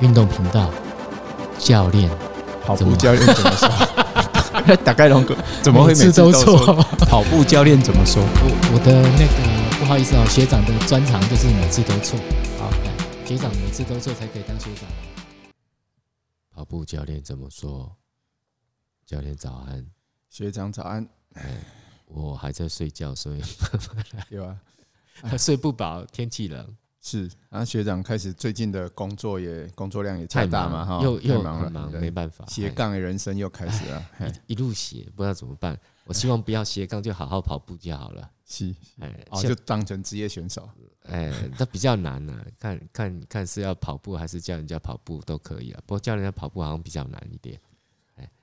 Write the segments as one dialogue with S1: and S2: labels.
S1: 运动频道教练，
S2: 跑
S1: 怎么
S2: 步教练怎么 说？打开龙哥怎么会每
S1: 次
S2: 次
S1: 都
S2: 错？
S1: 错？
S2: 跑步教练怎么说？
S1: 我我的那个不好意思哦，学长的专长就是每次都错。好，来，学长每次都错才可以当学长。跑步教练怎么说？教练早安，
S2: 学长早安，
S1: 我还在睡觉，所以
S2: 有啊，
S1: 睡不饱，天气冷，
S2: 是。然后学长开始最近的工作也工作量也
S1: 太
S2: 大
S1: 忙
S2: 嘛哈，
S1: 又
S2: 太
S1: 又
S2: 忙
S1: 很
S2: 了，
S1: 忙，
S2: 人
S1: 没办法。
S2: 斜
S1: 哎
S2: 杠的人生又开始了。嘿
S1: 一一路斜，不知道怎么办。我希望不要斜杠，就好好跑步就好了。
S2: 是
S1: 哎，
S2: 哦，
S1: 像
S2: 就当成职业选手。
S1: 哎，那比较难呐、看看看是要跑步还是叫人家跑步都可以啊。不过叫人家跑步好像比较难一点，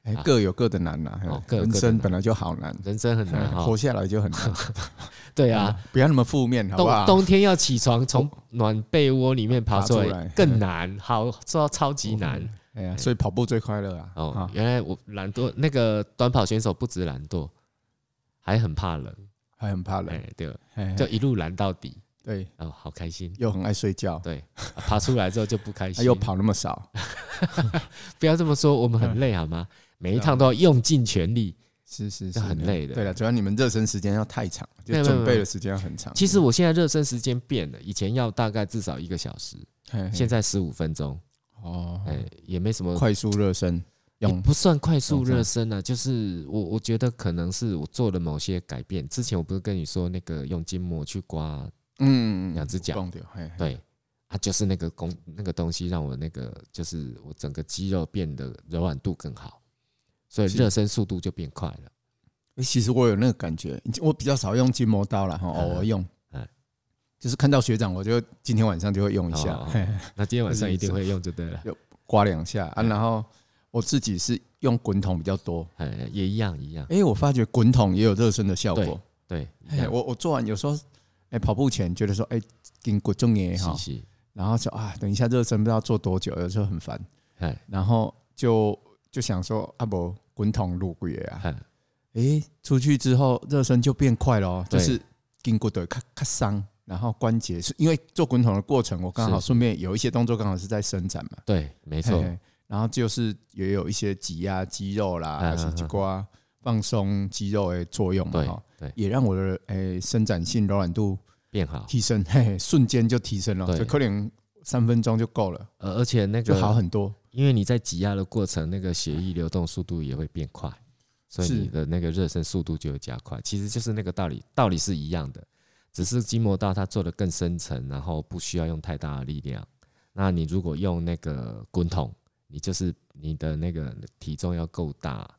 S2: 哎
S1: 啊，
S2: 各有各的难呐
S1: 哦，
S2: 嘿
S1: 各有各的
S2: 人
S1: 难
S2: 生本来就好难，
S1: 人生很难哈、
S2: 活下来就很难。
S1: 对啊，
S2: 不要那么负面，好不
S1: 冬
S2: 好？
S1: 冬天要起床从暖被窝里面爬出
S2: 爬出来
S1: 来更难，好超超级难
S2: 哎呀，所以跑步最快乐啊！
S1: 哦
S2: 啊。，
S1: 原来我懒惰，那个短跑选手不止懒惰，还很怕冷，
S2: 还很怕冷，
S1: 哎，对，
S2: 哎
S1: 就一路懒到底，
S2: 对，
S1: 哦，好开心。
S2: 又很爱睡觉，
S1: 对，啊爬出来之后就不开
S2: 他
S1: 心。
S2: 啊又跑那么少，
S1: 不要这么说，我们
S2: 嗯
S1: 很累好吗？每
S2: 啊
S1: 一趟都要用尽全力。
S2: 是是是
S1: 这，很累的
S2: 对了，主要你们热身时间要太长，
S1: 没
S2: 就
S1: 有
S2: 准备的时间要很长。
S1: 其实我现在热身时间变了，以前要大概至少一个小时，
S2: 嘿嘿
S1: 现在十五分钟，
S2: 嗯哦，
S1: 哎，也没什么，
S2: 快速热身
S1: 也
S2: 用哦
S1: 不算快速热身啊，就是我我觉得可能是我做了某些改变。之前我不是跟你说那个用筋膜去刮，
S2: 嗯
S1: 两只脚
S2: 蹦掉，嘿嘿
S1: 对，啊，就是那个工那个东西让我那个就是我整个肌肉变得柔软度更好，所以
S2: 是
S1: 热身速度就变快了。
S2: 诶其实我有那个感觉，我比较少用筋膜刀了哈，偶尔用
S1: 嗯，
S2: 就是看到学长，我就今天晚上就会用一下
S1: 哦，
S2: 嘿嘿
S1: 那今天晚上一定会用就对了，
S2: 刮两下啊。
S1: 嗯
S2: 然后我自己是用滚筒比较多，
S1: 哎，也一样一样，
S2: 哎，我发觉滚筒也有热身的效果。
S1: 对，一
S2: 嘿
S1: 样
S2: 我我做完有时候，哎，跑步前觉得说，哎，筋骨重也
S1: 是
S2: 哈，
S1: 是，
S2: 然后就啊，等一下热身不知道做多久，有时候很烦，
S1: 哎
S2: 然后就就想说，啊不，滚筒入轨啊，
S1: 哎，
S2: 诶，出去之后热身就变快了，哦就
S1: 对
S2: 是筋骨的咔咔伤，然后关节是因为做滚筒的过程，我刚好
S1: 是
S2: 顺便有一些动作刚好是在伸展嘛，
S1: 对，没
S2: 没
S1: 错。
S2: 然后就是也有一些挤压肌肉啦，
S1: 嗯
S2: 还是
S1: 嗯
S2: 几
S1: 嗯
S2: 瓜放松肌肉的作用嘛，
S1: 对
S2: 哈
S1: 对，
S2: 也让我的诶伸展性柔软度
S1: 变好，
S2: 提升，嘿嘿，瞬间就提升了，
S1: 对
S2: 就可能三分钟就够了，
S1: 呃，而且那
S2: 就好
S1: 个，
S2: 很多。
S1: 因为你在挤压的过程，那个血液流动速度也会变快，所以
S2: 是
S1: 你的那个热身速度就会加快。其实就是那个道理，道理是一样的，只是筋膜刀它做的更深层，然后不需要用太大的力量。那你如果用那个滚筒，你就是你的那个体重要够大，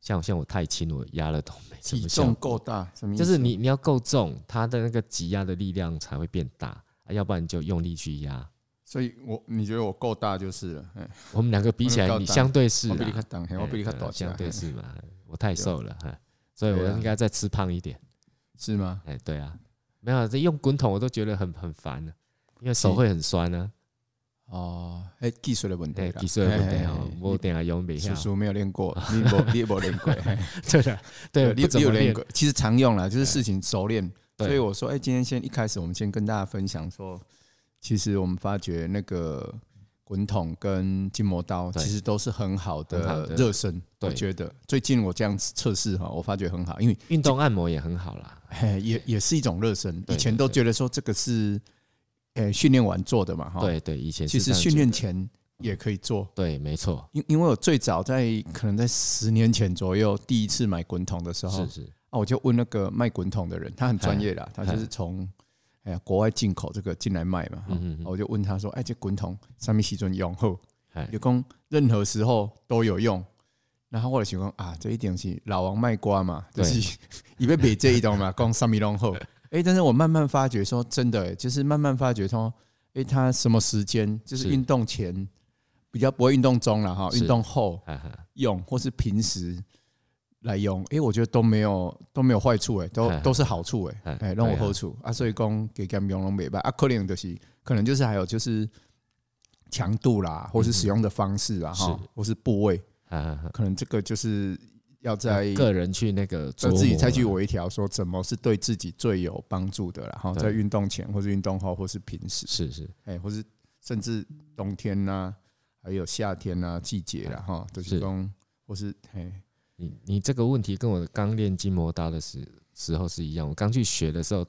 S1: 像像我太轻，我压了都没什
S2: 体
S1: 么
S2: 重
S1: 效
S2: 够
S1: 果。
S2: 大，什么意思？
S1: 就是你你要够重，它的那个挤压的力量才会变大，啊要不然你就用力去压。
S2: 所以我你觉得我够大就是了。嘿
S1: 我们两个比起
S2: 我
S1: 来，
S2: 有
S1: 你
S2: 嗯高档
S1: 相对是
S2: 我
S1: 啦
S2: 比你较重，嘿我比你较
S1: 哎
S2: 大只，啊
S1: 相对
S2: 嘿
S1: 是 嘛，我太瘦了哈，所以我
S2: 对啊
S1: 应该再吃胖一点。
S2: 是吗？
S1: 哎，对啊，没有这用滚筒我都觉得很很烦了，因为手
S2: 是
S1: 会很酸呢。
S2: 哦，哎，技术的问题
S1: 哎，
S2: 啦，
S1: 技术的问题
S2: 嘿
S1: 哦
S2: 嘿，
S1: 我等下用不
S2: 你
S1: 下
S2: 叔。叔没有练过，你没你也没练过，嘿
S1: 对 的， 对，
S2: 你
S1: 不怎
S2: 你有
S1: 么
S2: 练
S1: 练。
S2: 过，其实常用啦，就是事情熟练。
S1: 对
S2: 所以我说，哎，今天先一开始，我们先跟大家分享说，其实我们发觉那个滚筒跟筋膜刀
S1: 对
S2: 其实都是很好
S1: 很好
S2: 的
S1: 的
S2: 热身，我
S1: 对
S2: 觉得最近我这样测试哈，我发觉很好，因为
S1: 运动按摩也很好啦，
S2: 嘿，也也是一种热身。
S1: 对
S2: 以前都觉得说这个是，呃，训练完做的嘛，哈。。
S1: 对对，以前
S2: 哦其
S1: 是
S2: 实
S1: 这样
S2: 训练
S1: 觉得嗯
S2: 前也可以做，
S1: 对，没错，
S2: 因因为我最早在可能在十年前左右第一次买滚筒的时候，
S1: 是
S2: 啊，
S1: 是，
S2: 我就问那个卖滚筒的人，他很专业啦，他就是从哎呀国外进口这个进来卖嘛，哈
S1: 嗯嗯
S2: 啊
S1: 嗯，
S2: 我就问他说，哎，这滚筒上面时准用后，
S1: 哎
S2: 有讲任何时候都有用。然后我就想讲啊，这一定是老王卖瓜嘛，就
S1: 对
S2: 是以为别这一种嘛，讲上米龙后。哎，但是我慢慢发觉说，真的、诶就是慢慢发觉说，哎，他什么时间，就是
S1: 是
S2: 运动前比较不会运动中了哈，
S1: 是
S2: 运动后
S1: 哈哈，
S2: 用或是平时来用，哎，我觉得都没有都没有坏处哎、诶都都是好处哎、
S1: 哎
S2: 诶哎，让我
S1: 对啊
S2: 好处啊，所以讲给他们用拢袂歹啊，可能就是可能就是还有就是强度啦，或是使用的方式啊，
S1: 嗯
S2: 哈、
S1: 是
S2: 或是部位，
S1: 哈哈，
S2: 可能这个就是要在
S1: 啊个人去那个
S2: 要
S1: 琢磨啊
S2: 自己采
S1: 啦
S2: 取微调，说怎么是对自己最有帮助的啦，哈，
S1: 对
S2: 在运动前或是运动后，或是平时，
S1: 是是，
S2: 哎，或是甚至冬天呐、还有夏天啊季节啦哈，都、就是
S1: 是
S2: 讲或是嘿，
S1: 你你这个问题跟我刚练筋膜刀的时时候是一样，我刚去学的时候，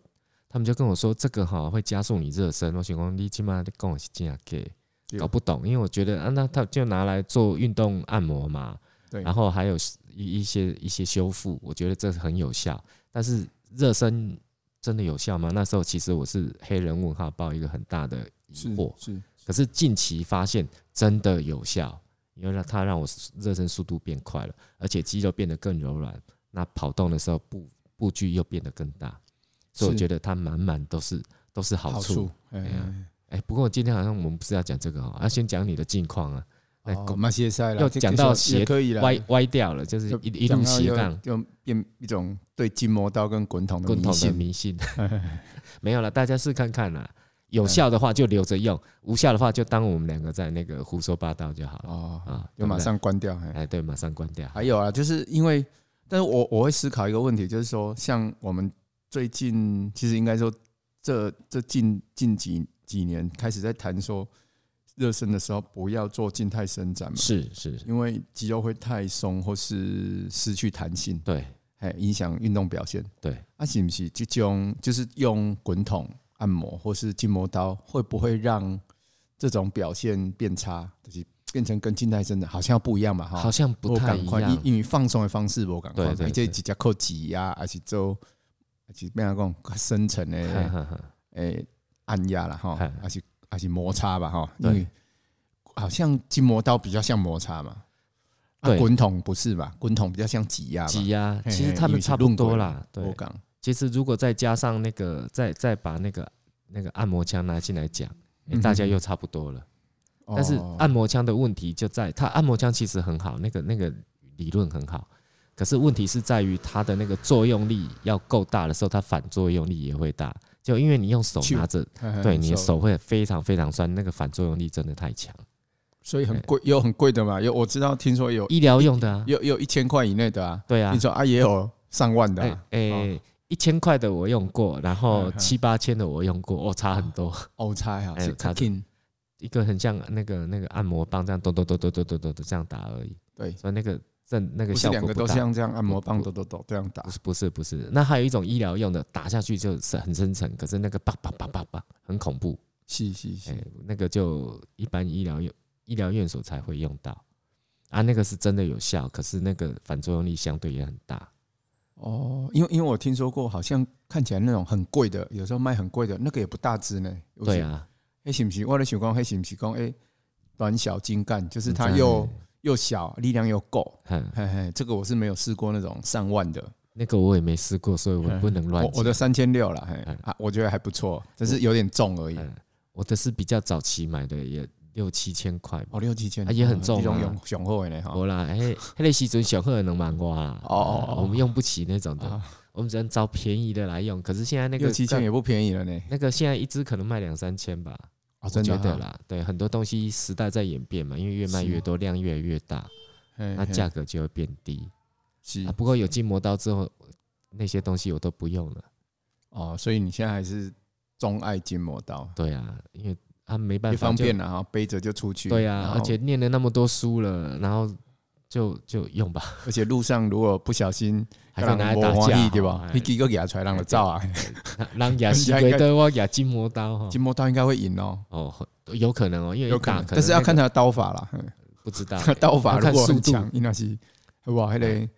S1: 他们就跟我说这个哈会加速你热身，我想说你起码跟我是这样给
S2: 对
S1: 搞不懂，因为我觉得啊，那他就拿来做运动按摩嘛，
S2: 对
S1: 然后还有一一些一些修复，我觉得这很有效，但是热身真的有效吗？那时候其实我是黑人问号，抱一个很大的疑
S2: 是
S1: 惑。
S2: 是
S1: 可是近期发现真的有效，因为它让我热身速度变快了，而且肌肉变得更柔软，那跑动的时候步步距又变得更大，所以我
S2: 是
S1: 觉得它满满都是都是好
S2: 好
S1: 处
S2: 处。，哎
S1: 呀哎、不过今天好像我们不是要讲这个哦，要先讲你的近况啊。哎
S2: 哦，马歇赛了，
S1: 又
S2: 这
S1: 讲到
S2: 也
S1: 鞋
S2: 可以了，
S1: 歪歪掉了，就是
S2: 就
S1: 一一
S2: 讲
S1: 路
S2: 到
S1: 斜
S2: 又
S1: 杠，
S2: 又变一种对筋膜刀跟滚筒的
S1: 滚
S2: 迷
S1: 筒的
S2: 信。
S1: 迷 信。没有了，大家试看看啦。有效的话就留着用，无效的话就当我们两个在那个胡说八道就好了
S2: 哦，
S1: 啊。
S2: 又马
S1: 对不对
S2: 上关掉。嘿
S1: 哎，对，马上关掉。
S2: 还有啊，就是因为，但是我我会思考一个问题，就是说，像我们最近其实应该说这这近近几几年开始在谈说，热身的时候不要做静态伸展嘛，
S1: 是是，
S2: 因为肌肉会太松或是失去弹性，
S1: 对
S2: 还影响运动表现。
S1: 对，
S2: 啊，是不是这种就是用滚筒按摩或是筋膜刀，会不会让这种表现变差？就是变成跟静态伸展好像不一样嘛？哈，
S1: 好像不
S2: 无
S1: 太
S2: 同
S1: 一
S2: 款
S1: 样
S2: 因。因为放松的方式无共款，
S1: 对对
S2: 你这
S1: 对
S2: 直接靠挤压，啊还是做，还是变讲较深层
S1: 哈
S2: 的
S1: 哈哈
S2: 诶按压啦吼，
S1: 嗨
S2: 还是还是摩擦吧吼，因
S1: 对
S2: 为好像筋膜刀比较像摩擦嘛，啊
S1: 对
S2: 滚筒不是吧？滚筒比较像挤压嘛，
S1: 挤压
S2: 嘿
S1: 其
S2: 嘿
S1: 实他
S2: 因
S1: 们
S2: 为是
S1: 差不
S2: 论
S1: 多
S2: 轨
S1: 啦。
S2: 无
S1: 对，
S2: 共
S1: 其实如果再加上那个，再再把那个那个按摩枪拿进来讲，诶
S2: 嗯
S1: 大家
S2: 哼
S1: 又差不多了。但是
S2: 哦
S1: 按摩枪的问题就在它按摩枪其实很好，那个那个理论很好，可是问题是在于它的那个作用力要够大的时候，它反作用力也会大。就因为你用手
S2: 去
S1: 拿着，
S2: 嘿嘿
S1: 对你的
S2: 哎手，哦
S1: 手会非常非常酸，那个反作用力真的太强。
S2: 所以很贵，有很贵的嘛，有我知道，听说有
S1: 医疗用的啊，
S2: 有有一千块以内的啊，
S1: 对啊
S2: 听，说啊也有上万的
S1: 哎
S2: 啊，
S1: 哎、
S2: 哦
S1: 一千块的我用过，然后
S2: 嗯嗯
S1: 七八千的我用过，哦，差很多。
S2: 哦猜啊，
S1: 哎
S2: 是
S1: 差的
S2: cooking
S1: 一个很像那个那个按摩棒这样咚咚咚咚咚咚咚咚这样打而已，
S2: 对。
S1: 所以那个正那个
S2: 不是
S1: 效
S2: 两
S1: 果
S2: 个
S1: 不
S2: 都是
S1: 大。
S2: 像这样按摩棒
S1: 不
S2: 抖抖抖这样打
S1: 不，是不是不是，那还有一种医疗用的，打下去就是很深层，可是那个叭叭叭叭叭很恐怖，
S2: 是是是
S1: 哎、，那个就一般医疗用医疗院所才会用到啊，那个是真的有效，可是那个反作用力相对也很大。
S2: 哦，因为因为我听说过，好像看起来那种很贵的，有时候卖很贵的那个也不大只呢。有
S1: 对
S2: 时，
S1: 啊，
S2: 那是不是？我的想讲，那是不是讲哎，短小精干，就是它
S1: 你知道
S2: 又又小，力量又够。
S1: 哼
S2: 嘿嘿，这个我是没有试过那种上万的，
S1: 那个我也没试过，所以我不能乱
S2: 嗯我
S1: 讲。
S2: 我的三千六了，嘿
S1: 嗯
S2: 啊，我觉得还不错，只是有点重而已。
S1: 嗯，我的是比较早期买的，也六七千块吧。
S2: 哦，六七千
S1: 啊也很重啊
S2: 这种用雄厚的呢哈。
S1: 我啦，哎，那时阵小贺能蛮瓜啦。
S2: 哦哦
S1: 啊
S2: 哦
S1: 我们用不起那种的
S2: 啊，
S1: 我们只能找便宜的来用。可是现在那个
S2: 六七千也不便宜了呢。
S1: 那个现在一支可能卖两三千吧，
S2: 哦，
S1: 啊我
S2: 真的
S1: 觉得
S2: 哈，
S1: 啦。对，很多东西时代在演变嘛，因为越卖
S2: 是
S1: 越多，量越来越大，
S2: 那
S1: 那啊价格就会变低。
S2: 是
S1: 啊，不过有筋膜刀之后，那些东西我都不用了。
S2: 哦，所以你现在还是钟爱筋膜刀。
S1: 对啊，因为啊没办
S2: 也
S1: 法，
S2: 方
S1: 就
S2: 便了哈，背着就出去。哦
S1: 对
S2: 然
S1: 啊，
S2: 后
S1: 而且念了那么多书了，然后就就用吧，
S2: 而且路上如果不小心，
S1: 还可以拿来打
S2: 跟人不欢
S1: 架哦啊哎
S2: 喜对吧？你几个牙出来让他照啊，
S1: 让亚西鬼对我亚筋膜刀哈
S2: 金，毛刀应该会赢哦，
S1: 哦，有可能哦，因为
S2: 有
S1: 一
S2: 可
S1: 打
S2: 能，
S1: 可能
S2: 但是要
S1: 那个
S2: 看他的刀法啦。，
S1: 不知道
S2: 刀法
S1: 要
S2: 如
S1: 看
S2: 果
S1: 速
S2: 很
S1: 度哎
S2: 强，。应该是哇，那个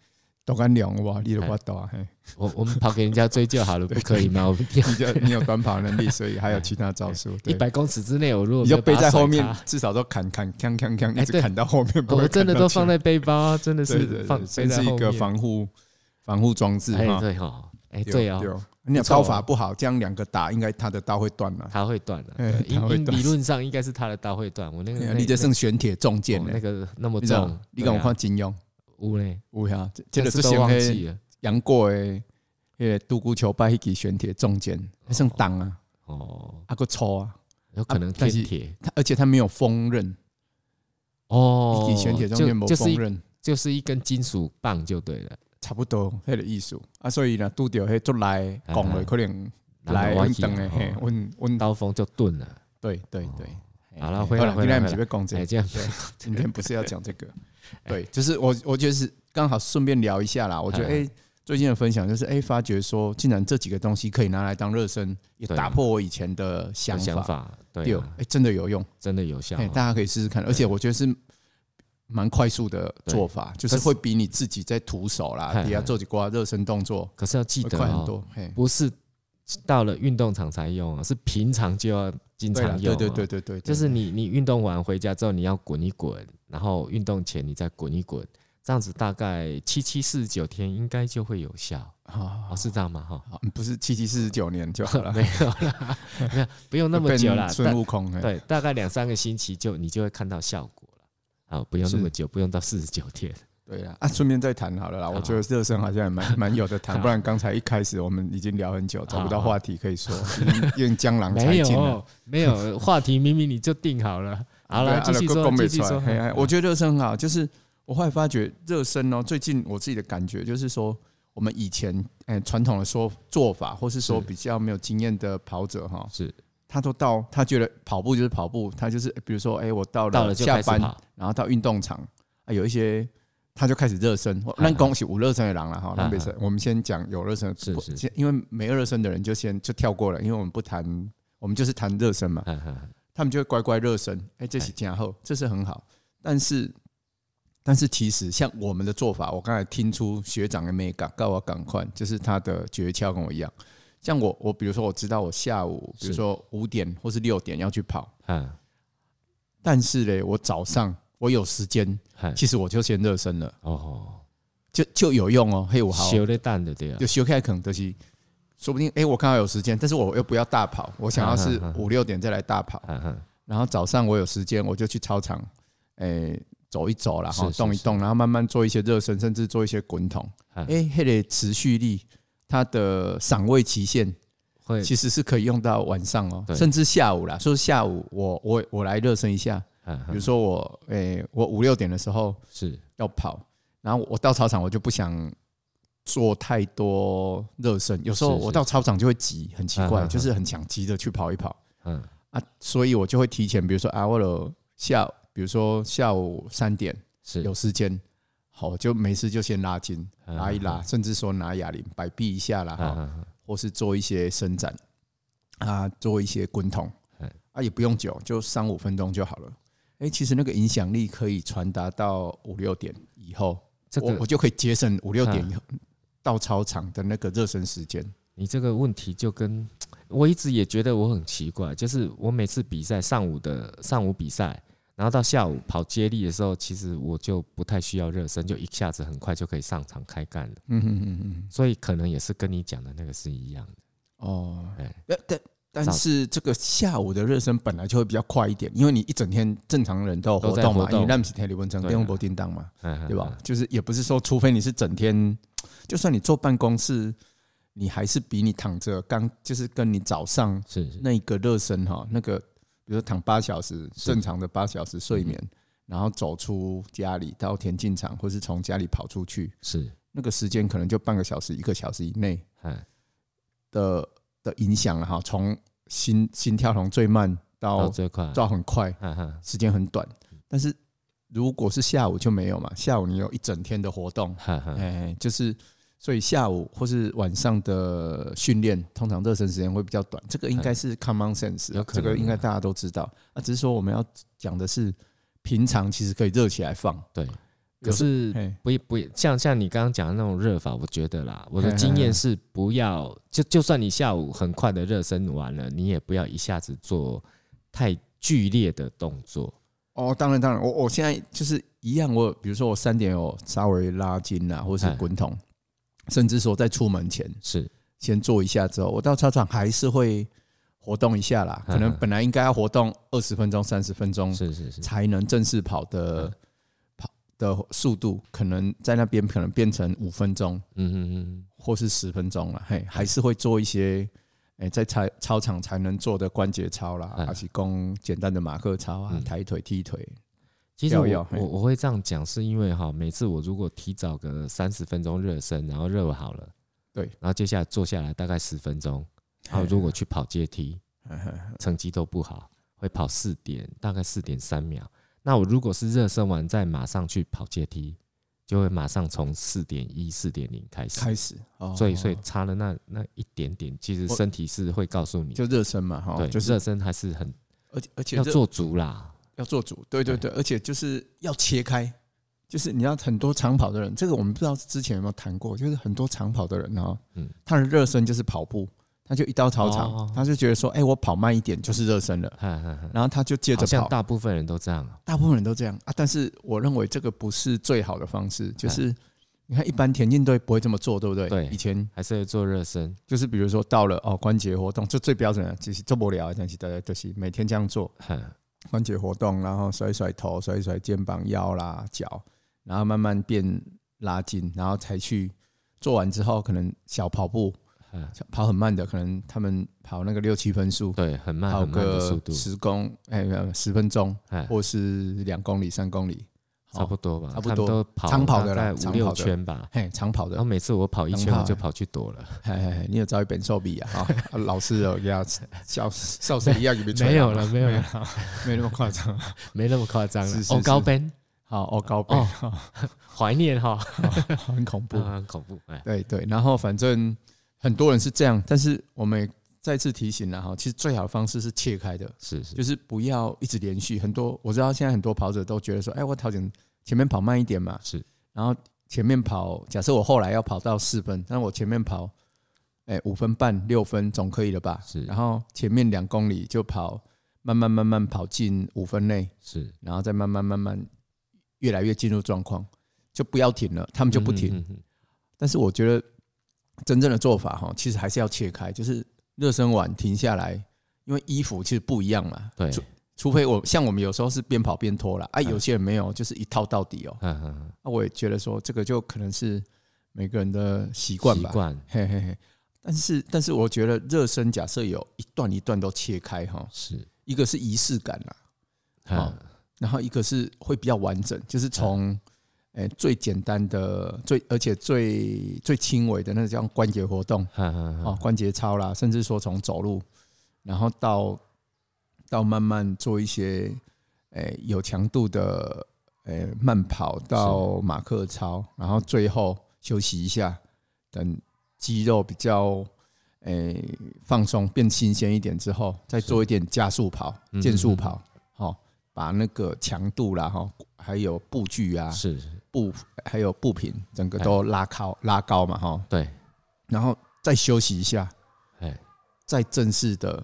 S2: 豆干凉哇，你都不刀啊，嘿
S1: 我我们跑给人家追就好了，不可以吗？我们
S2: 你就你有短跑能力，所以还有其他招数。
S1: 一
S2: 对，
S1: 百公尺之内，我如果
S2: 你
S1: 没有
S2: 就背
S1: 把它
S2: 在后
S1: 甩
S2: 面
S1: 开，
S2: 至少都砍砍锵锵锵，
S1: 哎
S2: 一直
S1: 对
S2: 砍到后面。不
S1: 哦我
S2: 会
S1: 哦真的都放
S2: 砍到前面
S1: 在背包啊，真的
S2: 对对
S1: 是
S2: 对
S1: 放背
S2: 算
S1: 在
S2: 是一
S1: 后
S2: 个
S1: 面。
S2: 防护防护装置
S1: 哎，
S2: 哈。
S1: 对哦，哎，对哦，
S2: 哦，你的
S1: 错哦
S2: 刀法不好，这样两个打，应该他的刀会断了。
S1: 它会断的，
S2: 哎
S1: 对
S2: 它
S1: 因
S2: 会
S1: 因
S2: 断
S1: 理论上应该是他的刀会断，我那个
S2: 哎呀
S1: 那
S2: 你这
S1: 那
S2: 算玄铁重剑
S1: 哦
S2: 呢
S1: 那？个那么
S2: 你知道
S1: 重，啊
S2: 你
S1: 对
S2: 跟
S1: 啊
S2: 我看金庸，
S1: 有嘞，
S2: 有呀，这
S1: 真
S2: 这个
S1: 的
S2: 就是像
S1: 都忘
S2: 迄
S1: 记了
S2: 杨过的迄个独孤求败迄支玄铁重剑，那算重啊，
S1: 哦，
S2: 啊个粗啊，
S1: 有可能
S2: 但
S1: 天
S2: 是
S1: 铁
S2: 它而且它没有锋刃，
S1: 哦
S2: 一，支玄铁重剑
S1: 就
S2: 没
S1: 就是
S2: 锋
S1: 一
S2: 刃，
S1: 就是一根金属棒就对了，
S2: 差不多迄个意思啊，所以呢，拄着迄足来
S1: 哎
S2: 讲
S1: 哎
S2: 的可能
S1: 然后
S2: 来
S1: 我
S2: 阮
S1: 去啊
S2: 等的，嘿，
S1: 哦
S2: 阮阮
S1: 刀锋就钝了。
S2: 对对对，
S1: 哦好了回来回来
S2: 今天
S1: 回来
S2: 不是要讲这
S1: 哎，
S2: 个，
S1: 这样
S2: 今天不是要讲这个， 对， 就是我我就是刚好顺便聊一下啦。我觉得哎、
S1: 嗯
S2: 最近的分享就是哎、发觉说，竟然这几个东西可以拿来当热身，也
S1: 对啊
S2: 打破我以前的想
S1: 有
S2: 法。
S1: 想法，对
S2: 对，
S1: 啊
S2: 哎、，真的有用，
S1: 真的有效
S2: 哎、
S1: 哦。
S2: 大家可以试试看，而且我觉得是蛮快速的做法，就是
S1: 可是
S2: 会比你自己在徒手啦
S1: 嘿，
S2: 底下做几挂热身动作
S1: 可是要记
S2: 会
S1: 得
S2: 快很
S1: 哦，
S2: 多。嘿，
S1: 不是到了运动场才用啊，是平常就要经
S2: 对啦
S1: 常用
S2: 对
S1: 啊。
S2: 对对对对，
S1: 就是你你运动完回家之后，你要滚一滚，然后运动前你再滚一滚，这样子大概七七四十九天应该就会有效
S2: 啊
S1: 哦，，是这样吗？哈、
S2: 好嗯不是七七四十九年就好 了，
S1: 没有啦，没有，不用那么久啦大
S2: 变，孙悟空，嘿
S1: 对，大概两三个星期就你就会看到效果了。啊，不用那么久，不用到四十九天。
S2: 对呀，啊，顺便再谈好了啦。我觉得热身好像也蛮蛮有的 谈，不然刚才一开始我们已经聊很久，找不到话题可以说， 用江郎才
S1: 没
S2: 尽了。
S1: 有，没有话题，明明你就定好了。好
S2: 对
S1: 了，
S2: 啊
S1: 继续
S2: 就
S1: 说
S2: 讲，不
S1: 继续
S2: 出来
S1: 说
S2: 嘿。嘿我觉得热身很好，就是我后来发觉热身哦，最近我自己的感觉就是说，我们以前哎传统的说做法，或是说
S1: 是
S2: 比较没有经验的跑者哈，
S1: 是
S2: 他都到他觉得跑步就是跑步，他就是比如说哎，我到
S1: 到了
S2: 了
S1: 就
S2: 下
S1: 开始
S2: 班，
S1: 跑，
S2: 然后到运动场啊，有一些他就开始热身。
S1: 嗯
S2: 那恭喜无热身的人了哈，
S1: 嗯
S2: 那没事，我们先讲有热身的，
S1: 是
S2: 不
S1: 是
S2: 先因为没热身的人就先就跳过了，因为我们不谈，我们就是谈热身嘛，
S1: 嗯嗯
S2: 他们就会乖乖热身。哎，这是加后，这是很好，但是。但是其实像我们的做法，我刚才听出学长的美感，告我赶快，就是他的诀窍跟我一样。像我，我比如说我知道我下午，比如
S1: 是
S2: 说五点或是六点要去跑，
S1: 嗯
S2: 但是嘞，我早上我有时间，
S1: 嗯，
S2: 其实我就先热身了，
S1: 哦，
S2: 就就有用哦。嘿，我好，
S1: 修的蛋的对啊
S2: 就，修开可能就是，说不定哎、诶我刚好有时间，但是我又不要大跑，我想要是
S1: 嗯嗯嗯
S2: 五六点再来大跑，
S1: 嗯嗯
S2: 然后早上我有时间，我就去操场，哎、走一走啦，
S1: 是
S2: 哈，
S1: 是
S2: 动一动，然后慢慢做一些热身，甚至做一些滚筒。
S1: 嗯
S2: 哎、嘿嘞，持续力，它的赏味期限
S1: 会
S2: 其实是可以用到晚上哦，
S1: 对
S2: 甚至下午啦。说下午我我我来热身一下，
S1: 嗯
S2: 比如
S1: 嗯
S2: 说我哎、我五六点的时候，
S1: 是
S2: 要跑，然后我到操场我就不想做太多热身，有时候
S1: 是是
S2: 我到操场就会急，很奇
S1: 嗯
S2: 怪，
S1: 嗯嗯
S2: 就是很想急着去跑一跑
S1: 嗯
S2: 啊，所以我就会提前，比如说啊，我有下，比如说下午三点
S1: 是
S2: 有时间，好，我就没事就先拉筋
S1: 嗯
S2: 拉一拉，甚至说拿哑铃摆臂一下啦，
S1: 嗯
S2: 哈，
S1: 嗯
S2: 或是做一些伸展啊，做一些滚筒
S1: 嗯，
S2: 啊，也不用久，就三五分钟就好了。哎，其实那个影响力可以传达到五六点以后，
S1: 这
S2: 我我
S1: 个啊
S2: 就可以节省五六点以后到操场的那个热身时间。
S1: 你这个问题就跟我一直也觉得我很奇怪，就是我每次比赛上午的上午比赛，然后到下午跑接力的时候，其实我就不太需要热身，就一下子很快就可以上场开干了，
S2: 嗯嗯嗯嗯，
S1: 所以可能也是跟你讲的那个是一样的。
S2: 哦
S1: 哎，
S2: 但但
S1: 早
S2: 但是这个下午的热身本来就会比较快一点，因为你一整天正常人都有活动
S1: 都在活
S2: 嘛，
S1: 动
S2: 因为那不是天理文章，
S1: 对啊
S2: 电不叮当嘛，
S1: 嗯
S2: 对吧？？就是也不是说，除非你是整天，就算你坐办公室，你还是比你躺着刚就是跟你早上
S1: 是是，
S2: 那一个热身哈，那个比如说躺八小时，
S1: 是
S2: 正常的八小时睡
S1: 嗯
S2: 眠，然后走出家里到田径场，或是从家里跑出去，
S1: 是，
S2: 那个时间可能就半个小时、一个小时以内
S1: 嗯，
S2: 的的影响啊了哈，从心心跳从最慢
S1: 到
S2: 到
S1: 最快，
S2: 到很快，
S1: 嗯嗯
S2: 时间很短。但是如果是下午就没有嘛，下午你有一整天的活动，
S1: 嗯嗯
S2: 哎、就是所以下午或是晚上的训练，通常热身时间会比较短。这个应该是 common sense，、
S1: 嗯有
S2: 啊、
S1: 可
S2: 这
S1: 能
S2: 个应该大家都知道。啊，只是说我们要讲的是，平常其实可以热起来放。
S1: 对，可是
S2: 哎，
S1: 不不像像你刚刚讲的那种热法，我觉得啦，我的
S2: 嘿
S1: 经
S2: 嘿
S1: 验
S2: 嘿
S1: 是不要就就算你下午很快的热身完了，你也不要一下子做太剧烈的动作。
S2: 哦，当然当然，我我现在就是一样，我比如说我三点有稍微拉筋啊，或是
S1: 哎
S2: 滚筒，甚至说在出门前
S1: 是
S2: 先做一下之后，我到操场还是会活动一下啦。
S1: 嗯
S2: 可能
S1: 嗯
S2: 本来应该要活动二十分钟、三十分钟，
S1: 是是是，
S2: 才能正式跑的
S1: 嗯
S2: 跑的速度，可能在那边可能变成五分钟
S1: 嗯嗯嗯，
S2: 或是十分钟了，
S1: 哎
S2: 嘿，还是会做一些。哎、在操操场才能做的关节操啦，
S1: 嗯
S2: 还是供简单的马克操啊，
S1: 嗯
S2: 抬腿、踢腿，
S1: 其实
S2: 要
S1: 我
S2: 要嘿
S1: 我我会这样讲，是因为哈，每次我如果提早个三十分钟热身，然后热好了，
S2: 对
S1: 然后接下来坐下来大概十分钟，然后
S2: 嘿
S1: 如果去跑阶梯，
S2: 嘿嘿
S1: 成绩都不好，会跑四点，大概四点三秒。那我如果是热身完再马上去跑阶梯，就会马上从四点一、四点零开始。
S2: 开始，哦
S1: 所以，所以差了那那一点点，其实
S2: 我
S1: 身体是会告诉你，
S2: 就热身嘛，哈，
S1: 对，
S2: 就是
S1: 热身还是很
S2: 而且而且
S1: 要
S2: 热
S1: 做足啦。
S2: 要做主，对对对，而且就是要切开，就是你要很多长跑的人，这个我们不知道之前有没有谈过，就是很多长跑的人哦，
S1: 嗯
S2: 他的热身就是跑步，他就一到操场，
S1: 哦
S2: 他就觉得说，哎、我跑慢一点就是热身了，
S1: 哈哈哈
S2: 然后他就呃接
S1: 好
S2: 着
S1: 像
S2: 跑，
S1: 大部分人都这样啊。
S2: 大部分人都这样啊，但是我认为这个不是最好的方式，就是你看一般田径队不会这么做，对不对？
S1: 哎对
S2: 以前
S1: 还是会做热身，
S2: 就是比如说到了哦关节活动，这最标准的，其实做不了，但是大家就是每天这样做，
S1: 哼
S2: 关节活动，然后甩甩头、甩甩肩膀、腰啦、脚，然后慢慢变拉筋，然后才去做完之后，可能小跑步，
S1: 哼
S2: 小跑很慢的，可能他们跑那个六七分速，
S1: 对，很慢
S2: 跑
S1: 很慢的速
S2: 个
S1: 度，
S2: 十公哎没有十分钟，
S1: 哎，
S2: 或是两公里、三公里，
S1: 差不多吧，
S2: 差不
S1: 他们
S2: 多
S1: 都跑
S2: 长跑的
S1: 大概
S2: 啦
S1: 五
S2: 长
S1: 六
S2: 跑的
S1: 圈吧。
S2: 嘿，长跑
S1: 然
S2: 的
S1: 后，每次我跑一
S2: 长
S1: 圈，
S2: 跑
S1: 我就
S2: 欸
S1: 跑去躲了。
S2: 嘿嘿嘿，你有找一本寿比啊？哈、 啊老师有给他笑笑死一样，没
S1: 没有了，没有
S2: 没有
S1: 了，
S2: 没那么夸张。
S1: 没那么夸张了
S2: 是。是
S1: 哦，高
S2: 是
S1: 奔，
S2: 好，哦，高倍，
S1: 哦怀念哈，
S2: 很恐怖。
S1: 啊很恐怖。哎，
S2: 对对，然后反正很多人是这样，但是我们也再次提醒了哈，其实最好的方式是切开的，
S1: 是是
S2: 就，是不要一直连续。很多我知道现在很多跑者都觉得说，哎，我调整前面跑慢一点嘛，
S1: 是，
S2: 然后前面跑，假设我后来要跑到四分，那我前面跑，哎，五分半、六分总可以了吧？
S1: 是
S2: 然后前面两公里就跑，慢慢慢慢跑进五分内，
S1: 是，
S2: 然后再慢慢慢慢越来越进入状况，就不要停了，他们就不停。
S1: 嗯。嗯嗯嗯
S2: 但是我觉得真正的做法哈，其实还是要切开，就是热身完停下来，因为衣服其实不一样嘛。
S1: 嗯对，
S2: 除除非我像我们有时候是边跑边脱啦，啊，
S1: 嗯
S2: 有些人没有，就是一套到底哦、
S1: 嗯嗯
S2: 那我也觉得说，这个就可能是每个人的习
S1: 嗯，
S2: 惯
S1: 习
S2: 吧。
S1: 惯
S2: 嘿嘿嘿。但是，但是我觉得热身假设有一段一段都切开哈，
S1: 是。
S2: 一个是仪式感啦，好
S1: 嗯
S2: 然后一个是会比较完整，就是从诶、呃最简单的、最而且最最轻微的那种关节活动，
S1: 嗯嗯
S2: 哦
S1: 嗯，
S2: 关节操啦，甚至说从走路，然后到到慢慢做一些诶、呃有强度的诶、呃慢跑到马克操，然后最后休息一下，等肌肉比较诶、呃放松变新鲜一点之后，再做一点加速跑、
S1: 嗯
S2: 渐速
S1: 嗯嗯
S2: 跑，好、把那个强度啦哈、哦还有步距啊、
S1: 是，哎
S2: 步还有步频，整个都拉高拉高嘛哈、哦
S1: 对，
S2: 然后再休息一下，
S1: 哎，
S2: 再正式的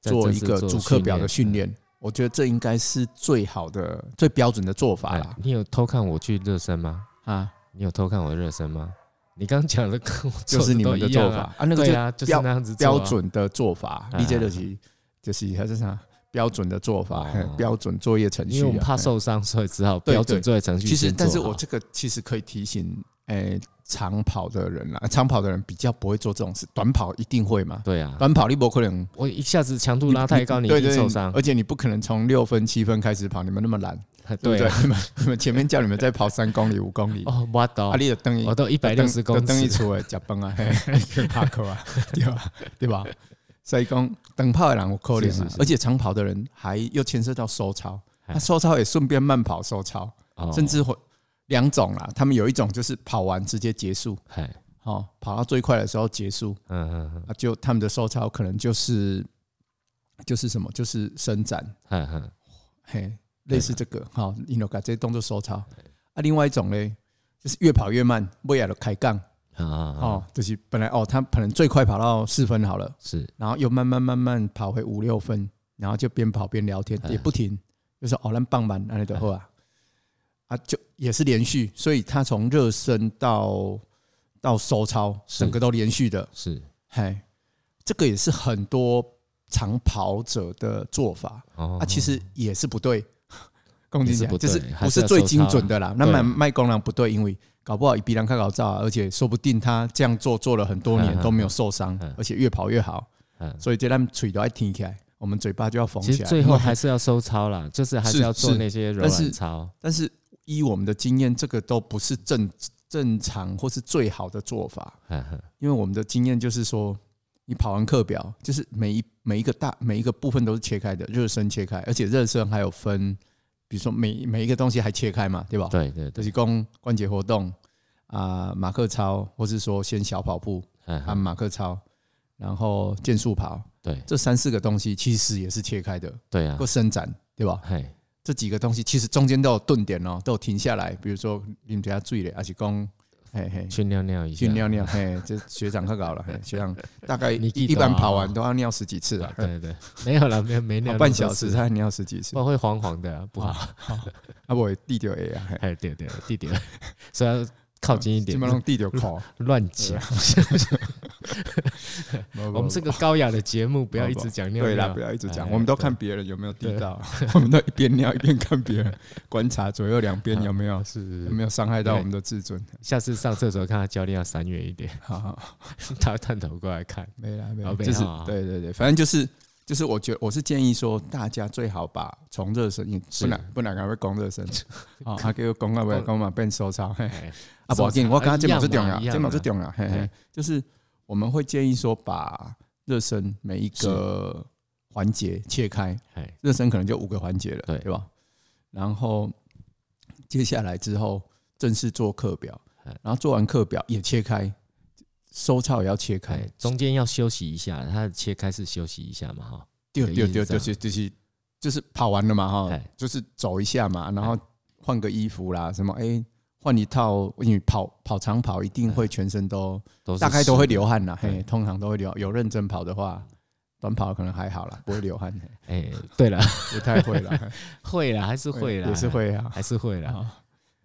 S1: 再
S2: 做
S1: 正
S2: 一
S1: 式
S2: 个
S1: 做
S2: 主课表的
S1: 训哎
S2: 训练，我觉得这应该是最好的、最标准的做法
S1: 哎
S2: 啦。
S1: 你有偷看我去热身吗？
S2: 啊，
S1: 你有偷看我的热身吗？你刚讲的跟我做
S2: 就是你
S1: 都
S2: 们的
S1: 一
S2: 做
S1: 样
S2: 法
S1: 啊，
S2: 啊，那个
S1: 对
S2: 就
S1: 啊，就是
S2: 标
S1: 那样子做啊
S2: 标。准的做法
S1: 啊
S2: 理解得起，就是还是啥标准的做法
S1: 哦，
S2: 嘿 标准作业程
S1: 因
S2: 序
S1: 为
S2: 啊。
S1: 我们怕
S2: 嘿
S1: 受伤，所以只好
S2: 对
S1: 标准
S2: 对
S1: 作业程序
S2: 其实，
S1: 先
S2: 但
S1: 做
S2: 是我
S1: 好
S2: 这个其实可以提醒，诶，长跑的人啦，长跑的人比较不会做这种事，短跑一定会嘛。
S1: 对啊，
S2: 短跑你不可能
S1: 我一下子强度拉太高，你
S2: 对
S1: 一
S2: 对
S1: 定
S2: 对
S1: 受伤。
S2: 而且你不可能从六分、七分开始跑，你们那么懒，对不
S1: 对
S2: 对
S1: 啊，？
S2: 你们你们前面叫你们再跑三公里、五公里，
S1: 哦，我懂
S2: 啊，，你的蹬一
S1: 我都一百六十公
S2: 蹬一
S1: 尺，
S2: 出诶，食饭啊，嘿，拍扣啊，对吧？对吧？所以讲，长跑的人有可
S1: 是
S2: 能
S1: 是
S2: 啊
S1: 是，
S2: 而且长跑的人还又牵涉到收操，
S1: 哎
S2: 他收操也顺便慢跑收操，
S1: 哦
S2: 甚至会两种啦。他们有一种就是跑完直接结束，
S1: 哎，
S2: 哦，跑到最快的时候结束，
S1: 嗯嗯嗯
S2: 啊，就他们的收操可能就是就是什么，就是伸展，
S1: 嗯嗯，
S2: 嘿，类似这个，好，你有把这些动作收操。啊，另外一种嘞，就是越跑越慢，威亚的开杠
S1: 嗯啊啊，
S2: 哦
S1: 啊，
S2: 就是本来哦，他可能最快跑到四分好了，
S1: 是
S2: 然后又慢慢慢慢跑回五六分，然后就边跑边聊天，
S1: 哎
S2: 也不停，就说哦，咱棒满那的后啊，啊，就也是连续，所以他从热身到到收操，
S1: 是
S2: 整个都连续的，
S1: 是
S2: 嘿，这个也是很多长跑者的做法。
S1: 哦
S2: 啊，其实也是不对， 公
S1: 也
S2: 斤
S1: 是
S2: 讲
S1: 不
S2: 就是
S1: 对还
S2: 不
S1: 是
S2: 是
S1: 要
S2: 最
S1: 收
S2: 精
S1: 操
S2: 准的啦。那
S1: 对啊
S2: 卖卖功劳不对，因为搞不好比人看搞照啊，而且说不定他这样做做了很多年
S1: 嗯
S2: 都没有受伤
S1: 嗯，
S2: 而且越跑越好，
S1: 嗯
S2: 所以这咱嘴都要挺起来，我们嘴巴就要缝
S1: 其
S2: 起
S1: 实
S2: 来。
S1: 最
S2: 因
S1: 后
S2: 为
S1: 还是要收操啦，就是还是
S2: 是
S1: 要做
S2: 是
S1: 那些柔
S2: 但是
S1: 软操。
S2: 但是依我们的经验，这个都不是正正常或是最好的做法，
S1: 嗯嗯
S2: 因为我们的经验就是说，你跑完课表，就是每一每一个大每一个部分都是切开的，热身切开，而且热身还有分，比如说每每一个东西还切开嘛，对吧？
S1: 对对
S2: 就
S1: 对，
S2: 是供关节活动啊、马克操，或是说先小跑步
S1: 嗯
S2: 啊，马克操，然后健速跑，
S1: 对
S2: 这三四个东西其实也是切开的，
S1: 对啊
S2: 或，伸展，对吧？
S1: 嘿，
S2: 这几个东西其实中间都有顿点哦，都有停下来，比如说你等下醉了，还是讲嘿嘿
S1: 去尿尿一下，
S2: 去尿尿，嘿，这学长可搞 了，嘿，学长大概
S1: 你
S2: 一
S1: 记得
S2: 一般
S1: 啊
S2: 跑完都要尿十几次
S1: 啊
S2: 了，
S1: 对对，没有了，没有没
S2: 跑
S1: 尿
S2: 半小时
S1: 不
S2: 才尿十几次，
S1: 然会黄黄的啊，不好。
S2: 啊不，地 丢 A 啊，嘿
S1: 哎，对对，地点，所以要靠近一点
S2: 基，本上地丢 口，
S1: 乱
S2: 啊
S1: 讲。 我们是个高雅的节目，不要一直讲尿
S2: 对啦，
S1: 尿
S2: 不。要一直讲，
S1: 哎
S2: 我们都看别人有没有地道， 我们都一边尿一边看别人，观察左右两边有没有 有
S1: 是，
S2: 没有伤害到我们的自尊。
S1: 下次上厕所看他教练要闪远一点，
S2: 好好，好
S1: 他探头过来看。
S2: 没啦没啦
S1: 好，
S2: 就是
S1: 没有啊
S2: 对对对，反正就是就是，我觉我是建议说，大家最好把从热身，因为
S1: 是哦
S2: 不然不然还会讲热身，啊，还给我讲啊，不要讲嘛，变收操。嘿
S1: 哎
S2: 啊，不要紧，我刚刚肩膀最重要，
S1: 一样嘛哎
S2: 肩膀最重要，嘿嘿
S1: 嘿，
S2: 就是我们会建议说，把热身每一个环节切开，
S1: 哎，
S2: 热身可能就五个环节了，
S1: 对
S2: 对吧？然后接下来之后正式做课表
S1: 哎，
S2: 然后做完课表也切开，收操也要切开
S1: 哎，中间要休息一下，他的切开是休息一下嘛，哈。
S2: 对
S1: 的
S2: 对
S1: 意思啊是
S2: 对，
S1: 这
S2: 就
S1: 样
S2: 是就是就是跑完了嘛哈
S1: 哎，
S2: 就是走一下嘛，然后换个衣服啦，什么哎换一套，因为跑跑长跑一定会全身都
S1: 都是
S2: 大概都会
S1: 湿的
S2: 流汗啦，嘿
S1: 对，
S2: 通常都会流，有认真跑的话。短跑可能还 好啦，不会流汗，嘿
S1: 哎，对了，
S2: 不太会啦，嘿
S1: 会啦， 还是会啦，
S2: 也是，会啊。
S1: 还是会啦。
S2: 啊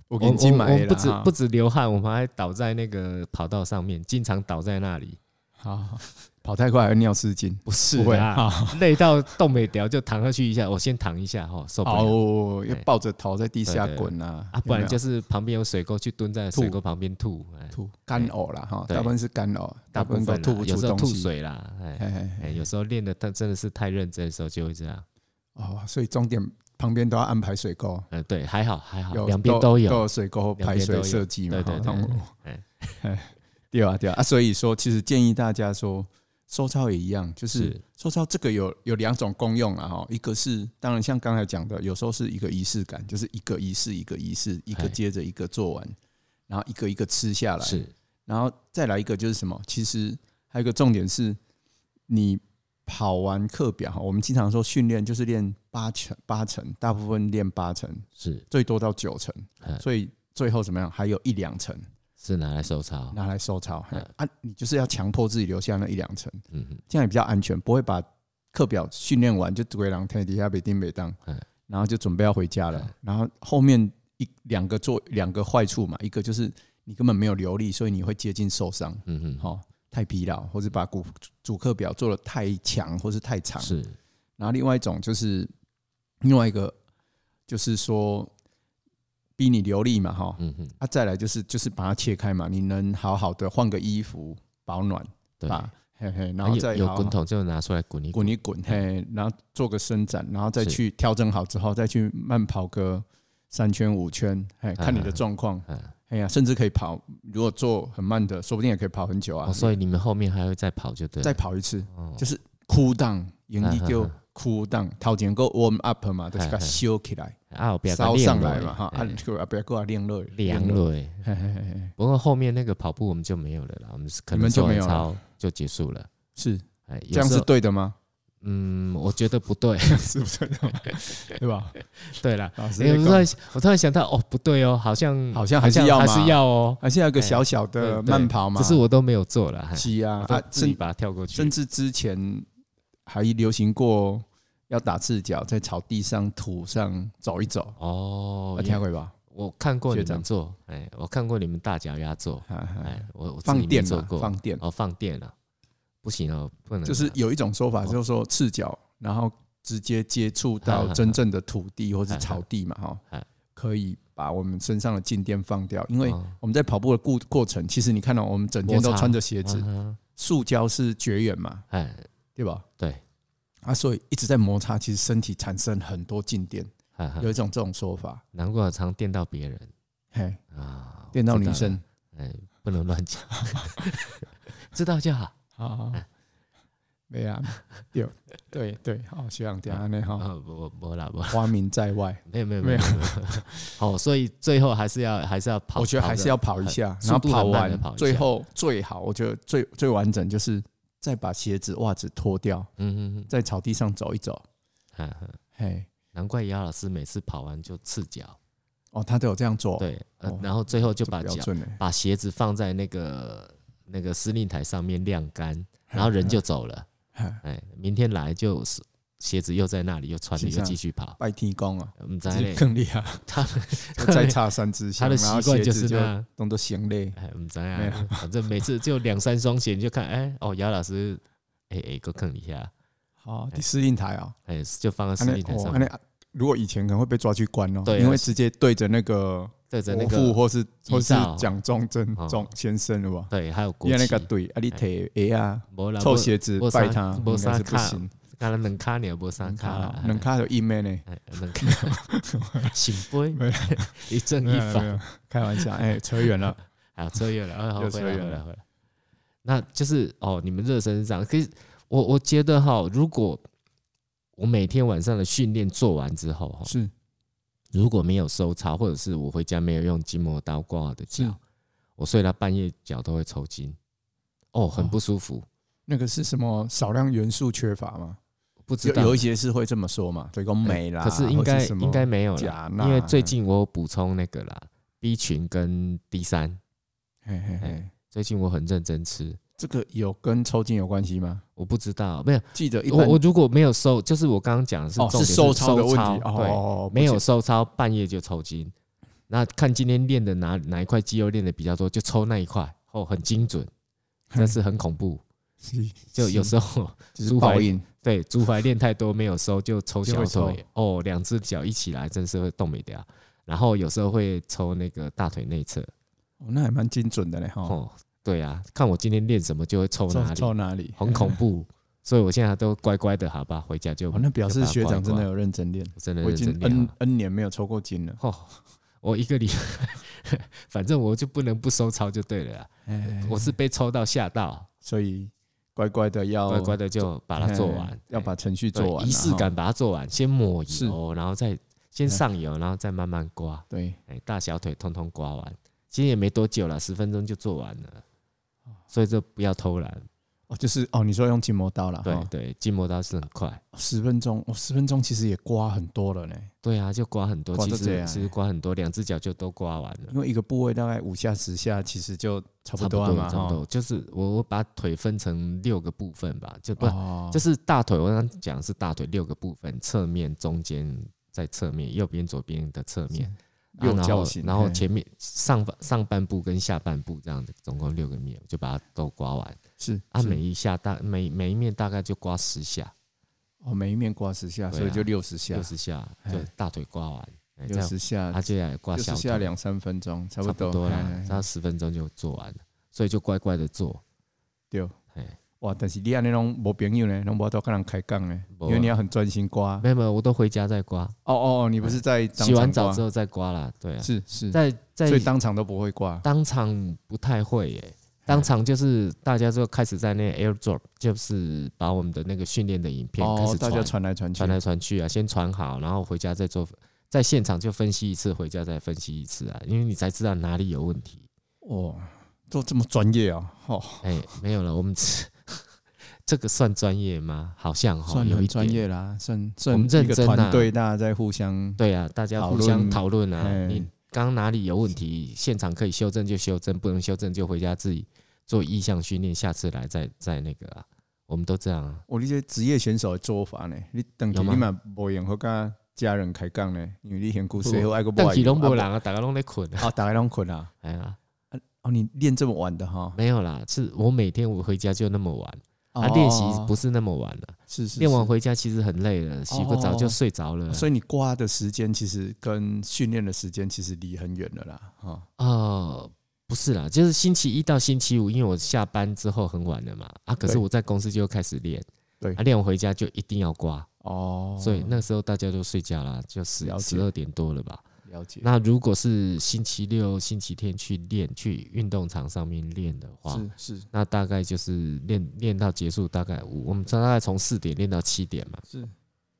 S2: 我
S1: 我
S2: 给你金
S1: 我
S2: 买
S1: 们
S2: 了，
S1: 不止
S2: 哈
S1: 不止流汗，我们还倒在那个跑道上面，经常倒在那里。
S2: 好好跑太快还尿失禁，
S1: 不是
S2: 不会啊
S1: 啦，
S2: 好
S1: 累到动没掉就躺下去一下，我先躺一下哈，受不了
S2: 哦，要
S1: 哎
S2: 抱着头在地下
S1: 对对
S2: 滚啊
S1: 啊，不然就是是旁边有水沟，去蹲在水沟旁边吐，哎
S2: 吐干呕啦哈，
S1: 对
S2: 大部分是干呕，
S1: 大部
S2: 分都
S1: 分
S2: 吐
S1: 啦
S2: 不
S1: 有
S2: 出
S1: 时候
S2: 东
S1: 吐
S2: 西。
S1: 水啦，哎
S2: 嘿嘿嘿
S1: 哎，有时候练的他真的是太认真的时候就会这样，
S2: 哦，所以终点旁边都要安排水沟，
S1: 嗯，对，还好还好，
S2: 有
S1: 两边都
S2: 都哦
S1: 有，
S2: 有水沟
S1: 两
S2: 排
S1: 边都
S2: 水
S1: 有
S2: 设计嘛，
S1: 对对对
S2: 哈让我
S1: 哎
S2: 对啊对啊啊，所以说其实建议大家说。收操也一样，就是
S1: 是
S2: 收操这个有有两种功用啊，哈，一个是当然像刚才讲的，有时候是一个仪式感，就是一个仪式一个仪式，一个
S1: 哎
S2: 接着一个做完，然后一个一个吃下来，
S1: 是
S2: 然后再来一个就是什么？其实还有一个重点是，你跑完课表哈，我们经常说训练就是练八成，八成，大部分练八成，
S1: 是
S2: 最多到九成，
S1: 嗯
S2: 所以最后怎么样？还有一两成
S1: 是拿来收操，
S2: 拿来收操嘿
S1: 嗯
S2: 啊！你就是要强迫自己留下那一两成，
S1: 嗯哼，
S2: 这样也比较安全，不会把课表训练完就鬼狼天底下北丁北当
S1: 嗯，
S2: 然后就准备要回家
S1: 嗯
S2: 了，然后后面一两个做两个坏处嘛，一个就是你根本没有流力，所以你会接近受伤。
S1: 嗯哼，
S2: 哦，太疲劳，或是把股主课表做的太强，或是太长。
S1: 是
S2: 然后另外一种就是另外一个就是说逼你流力嘛，哈、
S1: 嗯哼，
S2: 啊，再来就是就是把它切开嘛，你能好好的换个衣服保暖
S1: 对，
S2: 吧，嘿嘿，然
S1: 啊
S2: 后
S1: 有
S2: 再
S1: 有
S2: 好
S1: 滚
S2: 好
S1: 筒就拿出来滚一滚，
S2: 滚一滚，嘿，然后做个伸展，然后再
S1: 是
S2: 去调整好之后，再去慢跑个三圈五圈，嘿，看你的状况，
S1: 嗯，
S2: 哎呀，甚至可以跑，如果做很慢的，说不定也可以跑很久啊，
S1: 哦，所以你们后面还会再跑就对了，
S2: 再跑一次，
S1: 哦
S2: 就是 cool down，营地就
S1: 嗯嗯
S2: cool down，头前个 warm up 嘛，就是
S1: 嗯
S2: 把
S1: 嗯
S2: 修起来，
S1: 啊，我不要
S2: 烧上来嘛哈，啊
S1: 按，
S2: 这个不要过来练热，
S1: 凉
S2: 热，
S1: 哎了。
S2: 嘿嘿嘿嘿
S1: 不过后面那个跑步我们就没有了啦，我们是可
S2: 你
S1: 能
S2: 们就
S1: 收完
S2: 没有了
S1: 操就结束了。
S2: 是
S1: 哎，有
S2: 这样
S1: 时
S2: 是
S1: 候
S2: 对的吗？
S1: 嗯，我觉得不对，
S2: 是不是对的？对吧？
S1: 对啦。
S2: 啊，
S1: 哎、我突然我突然想到，哦，不对哦，好像
S2: 好像还是要
S1: 还
S2: 嘛
S1: 是要哦，
S2: 还是要有个小小的
S1: 对对
S2: 慢跑嘛，
S1: 只是我都没有做了，哎
S2: 是啊
S1: 我都
S2: 啊，
S1: 自己
S2: 甚
S1: 把它跳过去
S2: 甚。至之前还流行过要打赤脚，在草地上、土上走一走，
S1: 哦
S2: 有，听啊过吧？
S1: 我看过你
S2: 学
S1: 们
S2: 长
S1: 做，哎，我看过你们大脚丫做，
S2: 啊啊
S1: 哎，我我自己
S2: 放
S1: 没
S2: 电
S1: 做
S2: 嘛，
S1: 过，
S2: 放电。
S1: 哦放电了，不行哦，不能啊，
S2: 就是有一种说法，就是说赤脚，然后直接接触到 真正的土地或是草地嘛，
S1: 嗯
S2: 哈，可以把我们身上的静电放掉。因为
S1: 哦
S2: 我们在跑步的过过程，其实你看到我们整天都
S1: 摩擦
S2: 穿着鞋子
S1: 嗯，哼
S2: 塑胶是绝缘嘛，
S1: 哎
S2: 对吧？
S1: 对，
S2: 啊，所以一直在摩擦，其实身体产生很多静电，
S1: 哈啊哈
S2: 有一种这种说法，
S1: 难怪我常电到别人
S2: 嘿，
S1: 啊，
S2: 电到
S1: 我知
S2: 女
S1: 道了
S2: 生
S1: 哎，不能乱讲，知道就好。
S2: 啊，没啊，对对对，好，学长点安尼哈，
S1: 啊，不不不啦不，
S2: 花名在外，
S1: 没有没有
S2: 没有
S1: 有， 好，所以最后还是要还是要跑，
S2: 我觉得还
S1: 跑
S2: 是
S1: 着
S2: 要跑一下，
S1: 速
S2: 然后
S1: 度很
S2: 跑
S1: 慢地
S2: 完
S1: 跑一下
S2: 最后最好，我觉得最最完整就是再把鞋子袜子脱掉，
S1: 嗯嗯
S2: 在草地上走一走。
S1: 嗯啊，啊
S2: 嘿，
S1: 难怪姚老师每次跑完就赤脚，
S2: 哦，他都有这样做，，
S1: 对，呃
S2: 哦
S1: 然后最后就把
S2: 标
S1: 脚
S2: 准嘞。
S1: 把鞋子放在那个那个司令台上面晾干，然后人就走了。
S2: 嘿
S1: 哎，明天来就是鞋子又在那里，又穿了
S2: 是这
S1: 又
S2: 样
S1: 继续跑。
S2: 拜天公啊，
S1: 嗯，在
S2: 这
S1: 嘞，
S2: 更厉害，
S1: 他
S2: 就 再差三只
S1: 他
S2: 香，
S1: 的
S2: 然后
S1: 习
S2: 鞋
S1: 惯就
S2: 子
S1: 是
S2: 就
S1: 那样。
S2: 弄到行嘞。
S1: 哎，唔知
S2: 没
S1: 啊
S2: 有，
S1: 反正每次就两三双鞋，你就看，哎，哦，姚老师，哎哎，够坑一下，
S2: 哦，第司令台哦，
S1: 哎，就放在司
S2: 安
S1: 令
S2: 尼
S1: 台
S2: 哦，
S1: 上
S2: 安尼
S1: 面，
S2: 啊如果以前可能会被抓去关哦，
S1: 对啊
S2: 因为直接对着那个
S1: 对着那
S2: 国父
S1: 个，
S2: 或是或是
S1: 照啊
S2: 蒋中正
S1: 哦
S2: 中先生了吧？
S1: 对，还有国
S2: 因为那
S1: 旗
S2: 个，对，啊，你腿鞋啊，
S1: 没啦，
S2: 臭鞋子
S1: 没
S2: 拜
S1: 啥
S2: 他
S1: 没
S2: 应该
S1: 啥
S2: 是不
S1: 看
S2: 行，嗯
S1: 不，看了能卡你也不上卡了，
S2: 能卡有一面呢。
S1: 哎，哎能卡， 醒杯
S2: 没有，
S1: 一正
S2: 没
S1: 一
S2: 有没
S1: 反，
S2: 有开玩 笑，哎，扯远了。
S1: 好，车越了，哎好，
S2: 又
S1: 回
S2: 扯
S1: 来
S2: 远
S1: 回来
S2: 了
S1: 回来。那就是哦，你们热身是这样，可是我我觉得哈，如果我每天晚上的训练做完之后哈，
S2: 是
S1: 如果没有收操，或者是我回家没有用筋膜刀刮我的脚
S2: 是，
S1: 我睡到半夜脚都会抽筋，哦，很
S2: 哦
S1: 不舒服。
S2: 那个是什么少量元素缺乏吗？
S1: 不知
S2: 有
S1: 道哎
S2: 有一些是会这么说嘛，所以说美啦，
S1: 可是应
S2: 或
S1: 该
S2: 什么
S1: 应该没有啦，
S2: 钾钠，
S1: 因为最近我有补充那个啦，B 群跟 D 三，
S2: 嘿嘿嘿，
S1: 最近我很认真吃。
S2: 这个有跟抽筋有关系吗？
S1: 我不知道，没有
S2: 记得一
S1: 我
S2: 般
S1: 我如果没有收，就是我刚刚讲的是
S2: 哦
S1: 重点是
S2: 收操的问
S1: 操
S2: 题
S1: 对，
S2: 哦，
S1: 没有收操，半夜就抽筋。那看今天练的哪哪一块肌肉练的比较多，就抽那一块，哦，很精准，但是很恐怖。就有时候
S2: 就是
S1: 猪怀
S2: 报应，
S1: 对足踝练太多没有收，就抽
S2: 就
S1: 小
S2: 会抽
S1: 腿，哦，两只脚一起来，真是会动没掉。然后有时候会抽那个大腿内侧，
S2: 哦那还蛮精准的嘞哈。
S1: 哦，对啊，看我今天练什么就会抽
S2: 抽
S1: 哪里，
S2: 抽哪里？
S1: 很恐 怖。所以我现在都乖乖的，好吧，回家就
S2: 哦。那表
S1: 就
S2: 示
S1: 把它
S2: 学长
S1: 刮一刮
S2: 真的有认真练，
S1: 我真的
S2: 我已
S1: 认真
S2: 经
S1: 练啊了
S2: N N 年没有抽过筋了。
S1: 哦，我一个礼拜， 反正我就不能不收操就对了啦。啊
S2: 哎
S1: 我是被抽到吓到，
S2: 所以乖乖的要
S1: 乖乖的就把它做完
S2: 哦哎，要把程序
S1: 哎
S2: 做完，啊哦
S1: 对仪式。感把它做完，先抹
S2: 是哎
S1: 油，然后再先上油，然后再慢慢刮，
S2: 对，
S1: 哎，大小腿通通刮完，其实也没多久了，十分钟就做完了。所以就不要偷懒，
S2: 哦，就是哦，你说用筋膜刀了，
S1: 对
S2: 哈
S1: 对，筋膜刀是很快，
S2: 十分钟，哦，十分钟其实也刮很多了呢，
S1: 对啊，就刮很多，
S2: 刮
S1: 其
S2: 得这
S1: 实
S2: 样欸
S1: 其实刮很多，两只脚就都刮完了。
S2: 因为一个部位大概五下十下，其实就差
S1: 差
S2: 不
S1: 不多
S2: 多了嘛，
S1: 差不
S2: 哈。
S1: 多。就是我我把腿分成六个部分吧，就不、
S2: 哦，
S1: 这是大腿，我刚刚讲是大腿六个部分，侧面、中间、在侧面、右边、左边的侧面，啊
S2: 六
S1: 然
S2: 角
S1: 后
S2: 形，
S1: 然后
S2: 嘿
S1: 前面上半上半部跟下半部这样子，总共六个面，我就把它都刮完。
S2: 是
S1: 啊，
S2: 是
S1: 每一下大每每一面大概就刮十下，
S2: 哦每一面刮十下，
S1: 对啊
S2: 所以就六十下
S1: 六，十下
S2: 哎
S1: 就大腿刮完，哎这
S2: 六
S1: 样
S2: 十下
S1: 啊，接下来刮
S2: 六
S1: 小
S2: 十
S1: 腿，
S2: 下两三分钟，差
S1: 差
S2: 不
S1: 不
S2: 多
S1: 多啦
S2: 嘿，嘿
S1: 差十分钟就做完了，所以就乖乖的做。
S2: 对
S1: 嘿。
S2: 哇！但是你安尼拢无朋友呢，拢无都跟人开杠呢，
S1: 没
S2: 因
S1: 啊
S2: 为你要很专心刮。
S1: 没有没有，我都回家再刮。
S2: 哦哦，哦你不是在当
S1: 洗完
S2: 场
S1: 澡
S2: 刮
S1: 之后再刮啦，对啊，
S2: 是是，
S1: 在在
S2: 所以当场都不会挂。
S1: 当场不太会耶、当场就是大家就开始在那 AirDrop，就是把我们的那个训练的影片开
S2: 哦
S1: 始，
S2: 大家
S1: 传
S2: 传来传去，
S1: 传来传去啊，先传好，然后回家再做，在现场就分析一次，回家再分析一次啊，因为你才知道哪里有问题。
S2: 哦，做这么专业啊！哦，
S1: 哎、没有了，我们只这个算专业吗？好像哈，
S2: 算
S1: 有
S2: 很
S1: 一
S2: 专
S1: 点。
S2: 业啦，算
S1: 我
S2: 算
S1: 们认
S2: 一个
S1: 真啊
S2: 团队，大家在互相
S1: 对啊，大家
S2: 讨
S1: 互
S2: 论
S1: 相讨论啊，
S2: 哎
S1: 你刚刚哪里有问题，现场可以修正就修正，不能修正就回家自己做意向训练，下次来再再那个啊，我们都这样啊。
S2: 我那些职业选手的做法呢，你等
S1: 有
S2: 于
S1: 吗
S2: 你嘛无用和跟家人开讲呢，因为你很故事
S1: 不
S2: 后爱个
S1: 但体拢无人啊，大家拢在困啊。
S2: 啊，大家拢困啊。
S1: 哎呀，
S2: 哦，你练这么晚的哈？
S1: 没有啦，是我每天我回家就那么晚，啊，
S2: 哦
S1: 练习不是那么晚了，
S2: 是是
S1: 练完
S2: 是哦
S1: 回家其实很累了，洗个澡就睡着了。啊
S2: 所以你刮的时间其实跟训练的时间其实离很远了啦，哈。
S1: 哦，不是啦，就是星期一到星期五，因为我下班之后很晚了嘛，啊，可是
S2: 对
S1: 我在公司就开始练，
S2: 对
S1: 啊，练完回家就一定要刮。
S2: 哦
S1: 所以那时候大家都睡觉啦，就十
S2: 了解
S1: 十二点多了吧？
S2: 了解。
S1: 那如果是星期六、星期天去练，去运动场上面练的话，
S2: 是是
S1: 那大概就是练练到结束，大概五，我们大概从四点练到七点嘛。
S2: 是，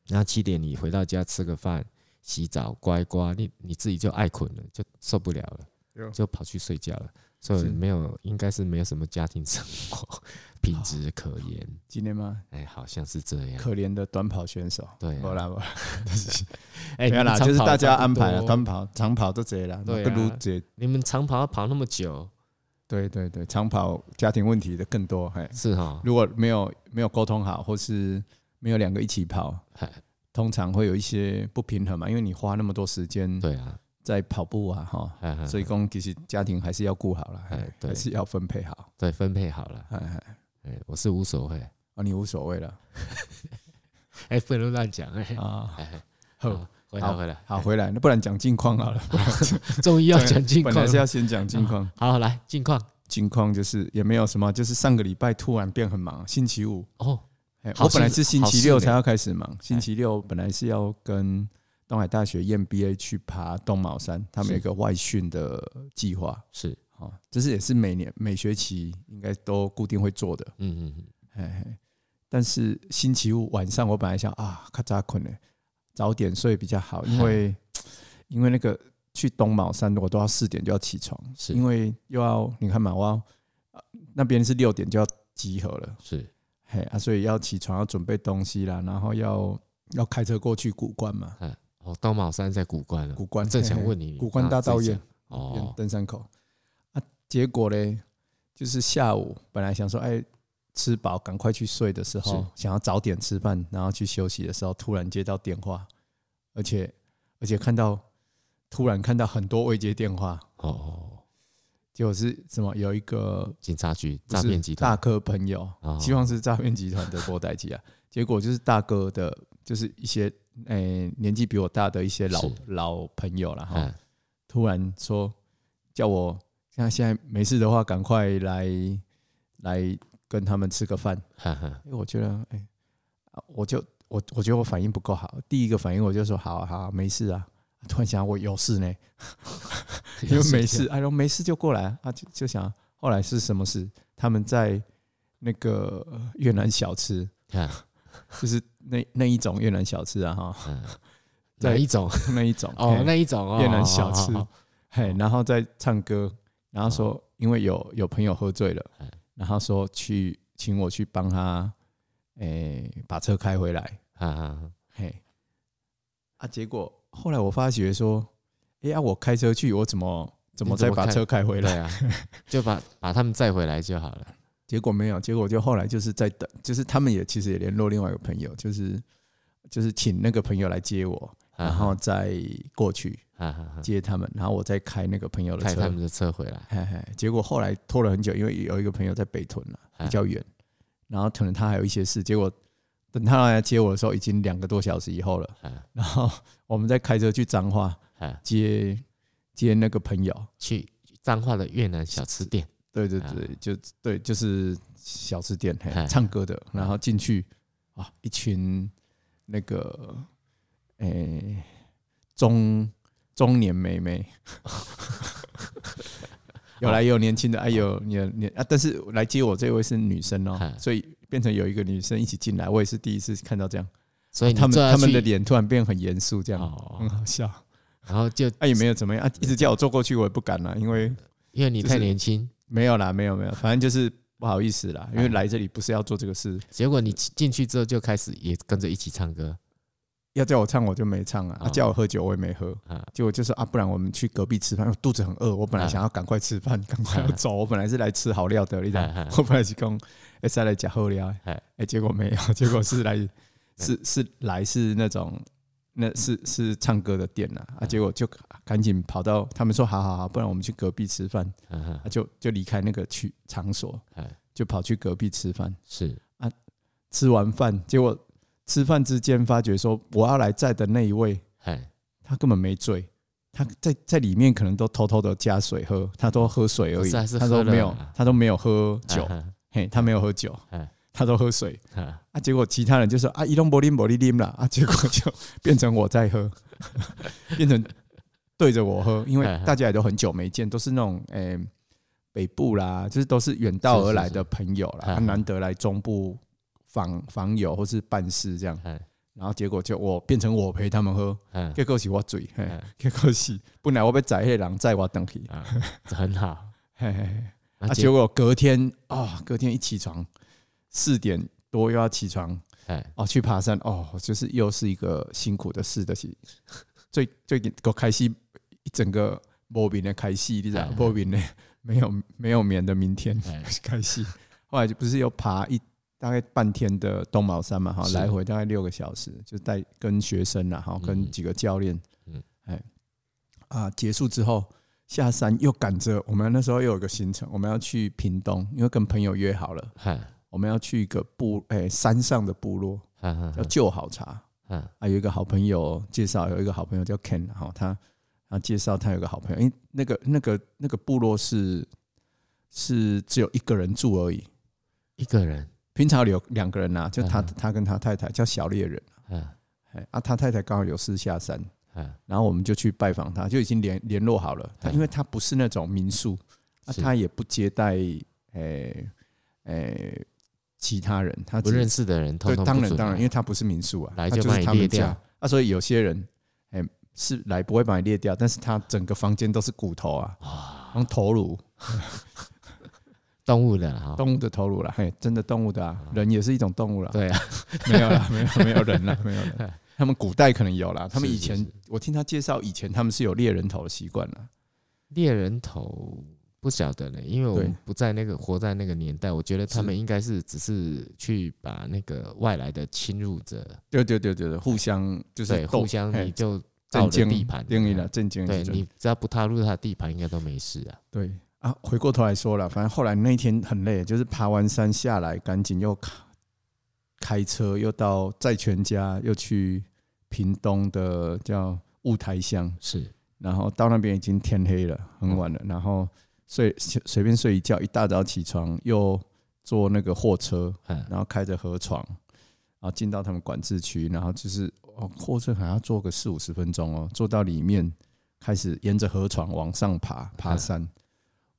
S1: 那七点你回到家吃个饭、洗澡、乖乖，你你自己就爱困了，就受不了
S2: 有
S1: 了，就跑去睡觉了。所以
S2: 哦是
S1: 没有，应该是没有什么家庭生活 品质可言。
S2: 今天吗？
S1: 哎，好像是这样。
S2: 哦可怜的短跑选手，
S1: 对啊
S2: 不啦不啦，
S1: 哎，
S2: 没有啦，
S1: 你们长
S2: 就是
S1: 跑
S2: 大家
S1: 差不
S2: 安排啊
S1: 多
S2: 了短跑、长跑都这啦，
S1: 对啊
S2: 不如这，
S1: 你们长跑要跑那么久，
S2: 对对对，长跑家庭问题的更多，嘿，
S1: 是哈？
S2: 如果没有没有沟通好，或是没有两个一起跑
S1: 嗨，
S2: 通常会有一些不平衡嘛，因为你花那么多时间
S1: 对啊，
S2: 在跑步啊，哈，
S1: 哈哈
S2: 所以讲其实家庭还是要顾好了，
S1: 哎
S2: 嘿
S1: 对
S2: 还是要分配好，
S1: 对分配好了。
S2: 哎哎，
S1: 哎，我是无所谓。
S2: 啊，你无所谓了
S1: 哎，不能乱讲。哎，
S2: 啊，
S1: 哎
S2: 好，，
S1: 回来
S2: 好
S1: 回来，
S2: 好，回来，那不然讲近况好了，
S1: 终于要讲近
S2: 本
S1: 况
S2: 来是
S1: 了。
S2: 要先讲近况，
S1: 好，来近况
S2: 近况就是也没有什么，就是上个礼拜突然变很忙，星期五，
S1: 哦，
S2: 哎，
S1: 好
S2: 我本来
S1: 事
S2: 是星
S1: 好哎
S2: 期
S1: 事
S2: 六
S1: 呢
S2: 才要开始忙，星期六本来是要跟东海大学 EMBA 去爬东茅山，他们有
S1: 是
S2: 一个外训的计划
S1: 是，
S2: 哦，这是也是每年每学期应该都固定会做的，
S1: 嗯嗯嗯，
S2: 嘿嘿。但是星期五晚上我本来想啊，咔嚓困了，早点睡比较好，因为因为那个去东茅山我都要四点就要起床，
S1: 是
S2: 因为又要你看嘛，我要、呃那边是六点就要集合了。
S1: 是
S2: 嘿啊，所以要起床要准备东西啦，然后要要开车过去古关嘛，
S1: 哦，东茅山在古关了。
S2: 古关
S1: 正想
S2: 嘿嘿
S1: 问你，
S2: 古关大
S1: 那
S2: 道
S1: 自己
S2: 院
S1: 讲哦，
S2: 登山口啊，结果嘞，就是下午本来想说，哎，吃饱赶快去睡的时候
S1: 是，
S2: 想要早点吃饭，然后去休息的时候，突然接到电话，而且而且看到突然看到很多未接电话，
S1: 哦哦，
S2: 结果是什么？有一个
S1: 警察局
S2: 不
S1: 诈
S2: 是
S1: 骗集
S2: 大
S1: 团，
S2: 哥朋友，
S1: 哦
S2: 希望是诈骗集团的波代 机啊。结果就是大哥的，就是一些诶、年纪比我大的一些老
S1: 是
S2: 老朋友了哈，
S1: 哎，
S2: 突然说叫我，像现在没事的话，赶快来来跟他们吃个饭。
S1: 哈哈，
S2: 因为我觉得，哎、啊我就我我觉得我反应不够好，第一个反应我就说好啊好啊没事啊。突然想我有事呢，因为没事，哎呦没事就过来啊啊，就就想后来是什么事？他们在那个呃越南小吃，
S1: 看，
S2: 就是那那一种越南小吃啊，哈，
S1: 嗯
S2: 在
S1: 哪一种？
S2: 那一种
S1: 哦
S2: 嘿，
S1: 那一种哦，
S2: 越南小吃
S1: 哦哦哦
S2: 嘿，然后再唱歌，然后说因为有有朋友喝醉了
S1: 嗯，
S2: 然后说去请我去帮他，诶、把车开回来，
S1: 哈哈哈，
S2: 嘿，啊，结果后来我发觉说，哎、呀、我开车去，我怎么怎么
S1: 你怎
S2: 再
S1: 么
S2: 把
S1: 开
S2: 车开回来
S1: 对？啊，就把把他们载回来就好了。
S2: 结果没有，结果就后来就是在等，就是他们也其实也联络另外一个朋友，就是就是请那个朋友来接我，
S1: 啊哈哈
S2: 然后再过去
S1: 哈哈哈，
S2: 接他们，然后我再开那个朋友的
S1: 开
S2: 车
S1: 他。们的车回来，
S2: 嘿嘿，结果后来拖了很久，因为有一个朋友在北屯了、
S1: 啊
S2: 比较远，然后可能他还有一些事，结果等他来接我的时候，已经两个多小时以后了。
S1: 啊
S2: 然后我们再开车去彰化
S1: 啊，
S2: 接接那个朋友，
S1: 去彰化的越南小吃店，
S2: 对对
S1: 啊
S2: 对，就对，就是小吃店，嘿
S1: 嗨
S2: 唱歌的，
S1: 嗯
S2: 然后进去啊，一群那个诶、中中年 妹妹，
S1: 哦
S2: 有来有年轻的，哎有年年啊，但是来接我这位是女生哦
S1: 嗨，
S2: 所以变成有一个女生一起进来，我也是第一次看到这样，
S1: 所以你
S2: 啊他们
S1: 坐下
S2: 他们
S1: 去
S2: 的脸突然变很严肃，这样
S1: 哦
S2: 很，好笑，啊
S1: 然后就
S2: 也没有怎么样啊，一直叫我坐过去，我也不敢啦，因为。
S1: 因为你太年轻，
S2: 没有啦，没有没有，反正就是不好意思
S1: 啊
S2: 啦，因为来这里不是要做这个事，
S1: 结果你进进去之后就开始也跟着一起唱歌
S2: 要叫我唱我就没唱啊，啊
S1: 哦
S2: 叫我喝酒我也没喝，
S1: 啊，
S2: 结果就说啊，不然我们去隔壁吃饭，我肚子很饿，我本来
S1: 啊
S2: 想要赶快 吃饭，赶快要走，我本来是来吃好料的，你知道
S1: 啊啊，
S2: 我本来是讲哎再来讲好料的，
S1: 哎
S2: 哎结果没有， 结 果是来
S1: 啊
S2: 是是来是那种。那是是唱歌的店呐、啊，啊，结果就赶紧跑到他们说好好好，不然我们去隔壁吃饭，
S1: 啊啊
S2: 啊，就就离开那个去场所
S1: 哎，
S2: 就跑去隔壁吃饭，
S1: 是
S2: 吃完饭，结果吃饭之间发觉说我要来载的那一位，
S1: 哎
S2: 他根本没醉，他在在里面可能都偷偷的加水喝，他都喝水而
S1: 不
S2: 已，
S1: 哦是还是
S2: 他都
S1: 喝了
S2: 没有
S1: 啊，
S2: 他都没有喝酒，
S1: 啊
S2: 嘿，他没有喝酒
S1: 嗯，
S2: 他都喝水
S1: 啊
S2: 啊。结果其他人就说啊， 伊隆伯林伯利啉啦，啊，结果就 变成我在喝，变成对着我喝，因为
S1: 嗨嗨
S2: 大家也都很久没见，都是那种诶、北部啦，就是都是远道
S1: 是
S2: 而
S1: 是
S2: 来
S1: 是哎
S2: 的朋友啦，
S1: 嗨
S2: 他
S1: 嗨
S2: 难得来中部访访友或是办事这样，
S1: 哎
S2: 然后结果就我变成我陪他们喝，
S1: 哎
S2: 结果是我醉，嘿
S1: 哎
S2: 结果是本来我被宰黑狼载我等去，
S1: 啊，这很好。
S2: 嘿嘿嘿
S1: 啊
S2: 啊，结果隔天啊、隔天一起床四点多又要起床
S1: 哎，
S2: 哦，去爬山哦，就是又是一个辛苦的事的是， 最最近我开始一整个莫名的开戏，你知道
S1: 哎
S2: 莫名的 没有没有眠的明天
S1: 哎
S2: 开戏，后来就不是又爬一大概半天的东毛山嘛，哈，
S1: 是
S2: 来回大概六个小时，就带跟学生啦，哈，跟
S1: 嗯
S2: 几个教练，
S1: 嗯
S2: 嗯，哎啊，结束之后。下山又赶着，我们那时候又有一个行程，我们要去屏东，因为跟朋友约好了，
S1: 嗨，
S2: 我们要去一个部，哎、山上的部落，
S1: 哈哈
S2: 叫旧好茶
S1: 哈，
S2: 啊，有一个好朋友介绍，有一个好朋友叫 Ken，然后他他介绍他有个好朋友，因为那个那个那个部落是是只有一个人住而已，
S1: 一个人，
S2: 平常有两个人呐、啊，就他
S1: 嗯哼
S2: 他跟他太太叫小猎人，
S1: 啊
S2: 哎啊，他太太刚好有事下山，
S1: 啊，
S2: 然后我们就去拜访他，就已经联联络好了，他
S1: 嗯
S2: 因为他不是那种民宿，啊，
S1: 是
S2: 他也不接待诶诶其他人，他
S1: 不
S2: 只
S1: 认识的人，通
S2: 对，
S1: 通
S2: 当
S1: 不
S2: 然
S1: 准
S2: 当然，
S1: 来
S2: 因为他不是民宿啊，
S1: 来
S2: 他
S1: 就把
S2: 是
S1: 你
S2: 他们
S1: 列掉
S2: 家啊，所以有些人哎、是来不会把你列掉，但是他整个房间都是骨头啊，然后头颅，
S1: 动物的哈，
S2: 动物的头颅啦，嘿，真的动物的啊，人也是一种动物啦，
S1: 对啊，
S2: 没有啦，没有没有 人啦，没有人，他们古代可能有啦，他们
S1: 是
S2: 以
S1: 是
S2: 前
S1: 是
S2: 我听他介绍，以前他们是有猎人头的习惯啦，
S1: 猎人头不晓得呢，因为我
S2: 对
S1: 们不在那个活在那个年代，我觉得他
S2: 是
S1: 们应该是只是去把那个外来的侵入者，
S2: 对对对对对，互相就是
S1: 对，
S2: 斗
S1: 互相
S2: 嘿
S1: 你就到
S2: 震
S1: 了
S2: 惊
S1: 地盘，
S2: 定义了，震惊
S1: 对
S2: 是真的
S1: 你只要不踏入他的地盘，应该都没事啊。
S2: 对啊，回过头来说了，反正后来那一天很累，就是爬完山下来，赶紧又开开车又到债权家，又去屏东的叫雾台乡，
S1: 是，
S2: 然后到那边已经天黑了，很晚了，然后睡随随便睡一觉，一大早起床又坐那个货车，
S1: 嗯，
S2: 然后开着河床，然后进到他们管制区，然后就是哦，货车可能要坐个四五十分钟哦，坐到里面开始沿着河床往上爬
S1: 嗯
S2: 爬山。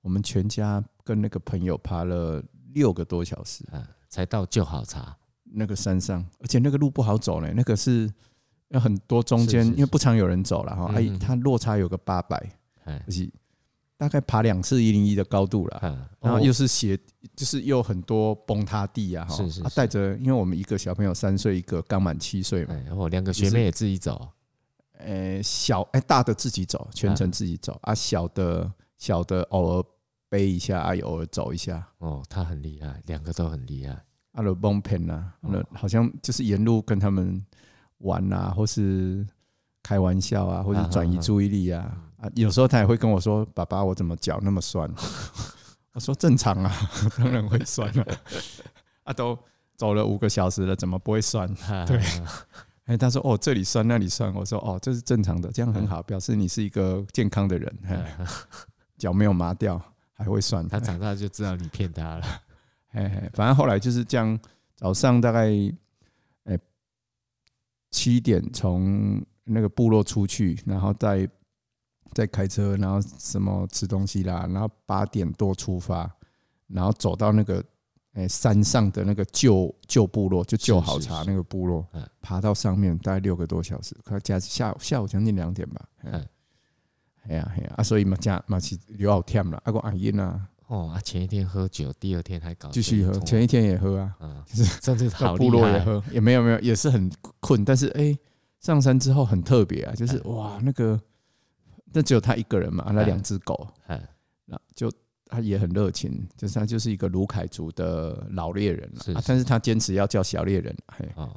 S2: 我们全家跟那个朋友爬了六个多小时，
S1: 啊，才到就好茶，
S2: 那个山上，而且那个路不好走呢，那个是要很多中间
S1: 是是
S2: 因为不常有人走了哈，
S1: 嗯
S2: 哎、
S1: 嗯
S2: 它落差有个八百，
S1: 哎，
S2: 就是大概爬两次一零一的高度了。
S1: 啊，
S2: 嗯然后
S1: 哦
S2: 又是斜，就是又很多崩塌地啊，哈，
S1: 是是
S2: 啊
S1: 是
S2: 带着，因为我们一个小朋友三岁，一个刚满七岁嘛，
S1: 哎，我两个
S2: 就
S1: 学
S2: 是
S1: 妹也自己走，
S2: 呃，小哎、大的自己走，全程自己走啊，小的小的偶尔背一下，啊，偶尔走一下，
S1: 哦，他很厉害，两个都很厉害，
S2: 啊，就崩片啊，
S1: 哦
S2: 那好像就是沿路跟他们玩啊，或是开玩笑啊，或是
S1: 啊哈嗯
S2: 转移
S1: 哈
S2: 注意力啊，啊，有时候他也会跟我说：“爸爸，我怎么脚那么酸？” 我说：“正常啊，当然会酸了、啊。” 都走了五个小时了，怎么不会酸？ 对，哎，他说：“哦，这里酸，那里酸。”我说：“哦，这是正常的，这样很
S1: 嗯
S2: 好，表示你是一个健康的人，嘿脚没有麻掉，还会酸。”
S1: 他长大就知道你骗他了，
S2: 嘿嘿，反正后来就是这样，早上大概哎七点从那个部落出去，然后再再开车，然后什么吃东西啦，然后八点多出发，然后走到那个哎山上的那个旧旧部落，就旧好茶
S1: 是是
S2: 那个部落
S1: 嗯，
S2: 爬到上面大概六个多小时，快加下午下午将近两点吧。嗯
S1: 嗯，
S2: 哎呀哎呀，啊所以嘛加嘛是留好忝啦，啊个阿英啊
S1: 哦，啊，前一天喝酒，第二天还搞
S2: 继续喝，
S1: 这一通
S2: 前一天也喝啊。
S1: 啊，
S2: 就是
S1: 这是
S2: 到
S1: 好
S2: 部
S1: 厉
S2: 落也
S1: 害，
S2: 喝，也没有没有，也是很困，但是哎、上山之后很特别啊，就是
S1: 嗯
S2: 哇，那个那只有他一个人嘛，啊那
S1: 嗯
S2: 两只狗，
S1: 哎，
S2: 那就他也很热情，就是他就是一个卢凯族的老猎人了、
S1: 是
S2: 啊
S1: 是
S2: 但是他坚持要叫小猎人，嘿，
S1: 哦，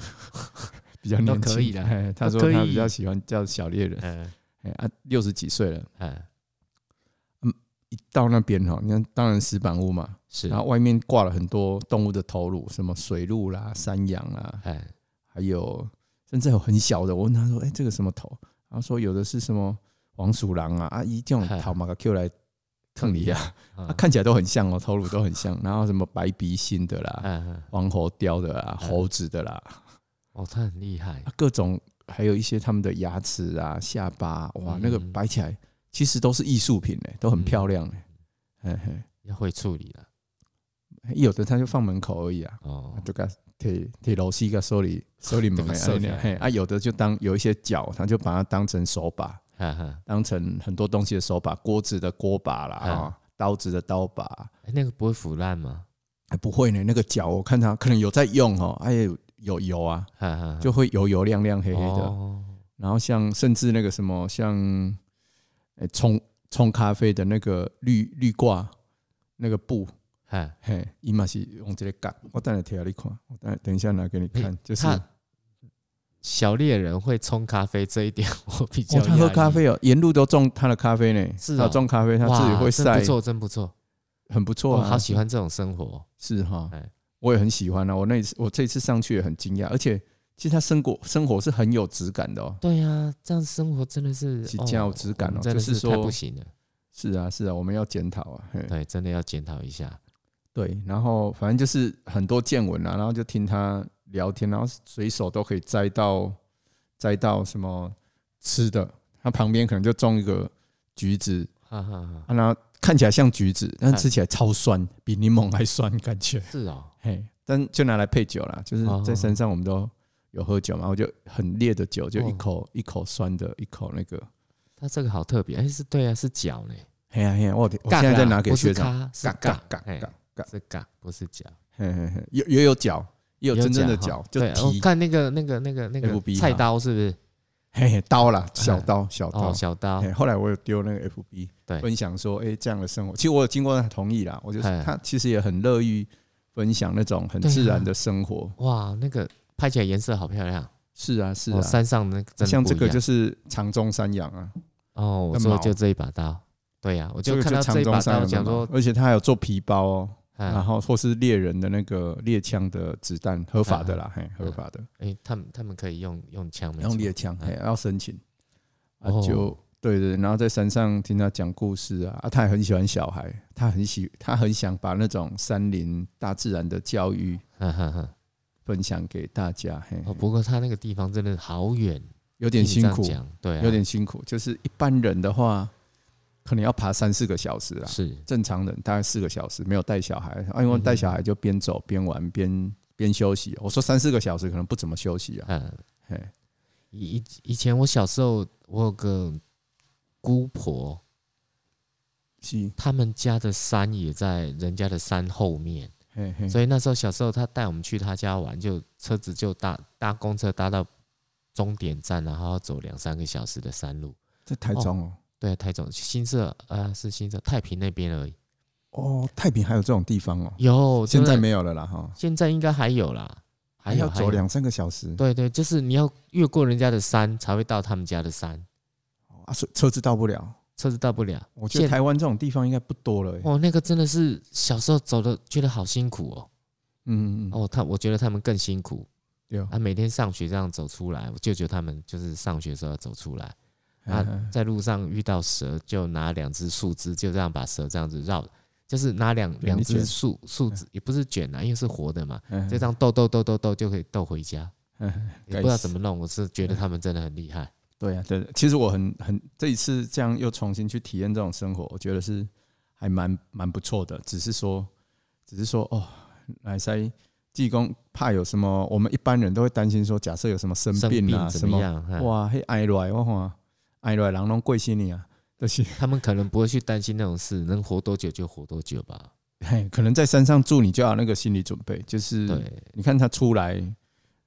S2: 比较年
S1: 都
S2: 轻
S1: 可以啦
S2: 嘿他说
S1: 都可以
S2: 他比较喜欢叫小猎人，
S1: 嗯，
S2: 哎啊，六十几岁了，
S1: 哎，
S2: 一到那边哈，你看当然石板屋嘛，
S1: 是
S2: 然，后外面挂了很多动物的头颅，什么水鹿啦、山羊啊啦，
S1: 哎，
S2: 还有甚至有很小的，我问他说：“哎、这个什么头？”然后说有的是什么黄鼠狼啊，啊，一这种头马个 Q 来坑 你啊，
S1: 啊
S2: 啊，看起来都很像哦，头颅都很像，然后什么白鼻心 的啦，
S1: 嗯，嗯
S2: 黄喉貂的啦，猴子的啦，
S1: 哦，他很厉害
S2: 啊，各种还有一些他们的牙齿啊、下巴啊、哇，
S1: 嗯
S2: 那个摆起来其实都是艺术品哎、都很漂亮哎、嘿嘿，
S1: 要会处理了
S2: 有的他就放门口而已啊，
S1: 哦
S2: 啊，就给铁铁螺丝给手 里手里门
S1: 就给
S2: 哎
S1: 收起来
S2: 那样，嘿啊，有的就当有一些脚，他就把它当成手把，
S1: 哈哈，
S2: 当成很多东西的手把，锅子的锅把啦，
S1: 嗯
S2: 啊，刀子的刀把，
S1: 哎那个不会腐烂吗？
S2: 哎不会呢，那个脚我看他可能有在用哦，哎有油啊，
S1: 哈哈，
S2: 就会油油亮亮黑黑的，
S1: 嗯哦
S2: 然后像甚至那个什么，像呃冲冲咖啡的那个绿绿挂那个布，
S1: 哈，
S2: 嘿，伊嘛是用这个杆，我等下贴你看，我等下等一下拿给你看
S1: 嘿，
S2: 就是
S1: 他小猎人会冲咖啡这一点，我比较
S2: 哦，他喝
S1: 讶异
S2: 咖啡哦，沿路都种他的咖啡呢，
S1: 是哦
S2: 他种咖啡，他自己
S1: 哇
S2: 会
S1: 真
S2: 晒
S1: 不，错，真不错，
S2: 很不错
S1: 我
S2: 啊，
S1: 好喜欢这种生活。
S2: 是哈
S1: 哎，
S2: 我也很喜欢啊，我那一次我这一次上去也很惊讶，而且其实他生活生活是很有质感的哦，
S1: 对呀、这样生活真的是
S2: 是真有质感
S1: 我
S2: 哦
S1: 们真的
S2: 就是是说
S1: 太不行了。
S2: 是啊是啊，我们要检讨啊，嘿。
S1: 对，真的要检讨一下。
S2: 对，然后反正就是很多见闻啊，然后就听他聊天，然后随手都可以摘到摘到什么吃的，他旁边可能就种一个橘子，
S1: 哈哈哈，
S2: 啊、然后看起来像橘子，
S1: 哎
S2: 但吃起来超酸，比柠檬还酸，感觉。
S1: 是哦，
S2: 嘿，但就拿来配酒啦，就是
S1: 哦
S2: 在山上我们都有喝酒嘛，我就很烈的酒，
S1: 哦
S2: 就一口、一口酸的，一口那个。
S1: 它这个好特别。哎、是对啊，是脚呢，
S2: 嘿呀、嘿呀、我我
S1: 嘎
S2: 现在
S1: 啦
S2: 在拿
S1: 啊
S2: 给
S1: 不是
S2: 学长，
S1: 咖是
S2: 嘎
S1: 嘎
S2: 嘎嘎
S1: 哎
S2: 嘎嘎，
S1: 是嘎，不是脚，
S2: 嘿嘿嘿，有也有脚，也有真正的
S1: 脚
S2: 脚
S1: 哈，
S2: 就
S1: 对，我
S2: 蹄
S1: 看那个那个那个那个
S2: FB
S1: 菜
S2: 哈
S1: 刀是不是？
S2: 嘿，嘿，刀啦，小刀，小刀
S1: 哦，。小刀
S2: 嘿，后来我有丢那个 FB，
S1: 对
S2: 分享说，哎，这样的生活，其实我有经过他同意啦，我就是
S1: 嘿
S2: 他其实也很乐于分享那种很
S1: 对啊
S2: 自然的生活。
S1: 哇，那个拍起来颜色好漂亮。
S2: 是啊，是
S1: 哦
S2: 啊，
S1: 山上那个真的
S2: 像
S1: 不
S2: 这
S1: 一
S2: 个
S1: 样
S2: 就是长鬃山羊啊，
S1: 哦，我
S2: 的
S1: 说
S2: 毛
S1: 就这一把刀。对啊呀、我
S2: 这
S1: 就
S2: 个
S1: 看
S2: 就
S1: 到
S2: 长
S1: 这一
S2: 鬃
S1: 把
S2: 山
S1: 刀，
S2: 羊的
S1: 讲
S2: 嘛
S1: 说，，
S2: 而且他还有做皮包哦，
S1: 哎、
S2: 然后或是猎人的那个猎枪的子弹，合法的啦，嘿，合法的，
S1: 哎他们他们可以用用枪没错，
S2: 用猎枪，
S1: 嗯
S2: 嘿，要申请，啊
S1: 哦，
S2: 就对对，然后在山上听他讲故事啊，啊，他也很喜欢小孩，他很喜，他很想把那种山林、大自然的教育
S1: 哈哈哈。
S2: 分享给大家，嘿，
S1: 嗯哦，不过他那个地方真的好远，
S2: 有
S1: 听
S2: 点
S1: 你这
S2: 辛
S1: 样
S2: 苦，
S1: 讲对、啊，
S2: 有点辛苦，就是一般人的话，可能要爬三四个小时啦，
S1: 是
S2: 正常人大概四个小时，没有带小孩，啊，因为
S1: 嗯
S2: 带小孩就边走边玩边边休息，我说三四个小时可能不怎么休息啊，
S1: 嗯，
S2: 嘿，
S1: 以以以前我小时候，我有个姑婆，
S2: 是，
S1: 他们家的山也在人家的山后面，
S2: 嘿嘿，
S1: 所以那时候小时候，她带我们去她家玩，就车子就搭搭公车搭到终点站，然后要走两三个小时的山路。
S2: 在台中哦。
S1: 对，啊台中新社呃是新社太平那边而已，
S2: 哦，太平还有这种地方哦，
S1: 有
S2: 现在，
S1: 真的
S2: 没有了啦哈，
S1: 现在应该还有啦，还有
S2: 要走。
S1: 还有
S2: 两三个小时
S1: 对对，就是你要越过人家的山才会到他们家的山。
S2: 啊，所以车子到不了。
S1: 车子到不了。
S2: 我觉得
S1: 现
S2: 台湾这种地方应该不多了欸、
S1: 哦，那个真的是小时候走的，觉得好辛苦哦。
S2: 嗯嗯嗯，
S1: 哦，他我觉得他们更辛苦
S2: 对哦，
S1: 啊，每天上学这样走出来，我舅舅他们就是上学的时候要走出来啊
S2: 嗯，嗯
S1: 在路上遇到蛇，就拿两只树枝，就这样把蛇这样子绕，就是拿两
S2: 对
S1: 两
S2: 你
S1: 只
S2: 卷
S1: 树树枝，也不是卷啊，因为是活的嘛，
S2: 嗯
S1: 就这样斗斗斗斗斗就可以斗回家，
S2: 嗯嗯
S1: 也不知道
S2: 该死
S1: 怎么弄，我是觉得他们真的很厉害。
S2: 对啊，对啊，其实我很很这一次这样又重新去体验这种生活，我觉得是还蛮蛮不错的。只是说，只是说哦，来塞济公怕有什么，我们一般人都会担心说，假设有什么生
S1: 生
S2: 病啊，
S1: 怎
S2: 什
S1: 么
S2: 么
S1: 样？哈
S2: 哇，嘿挨来我看挨来人拢贵死你啊，就是
S1: 他们可能不会去担心那种事，能活多久就活多久吧。
S2: 嘿，可能在山上住，你就要有那个心理准备，就是
S1: 对，
S2: 你看他出来，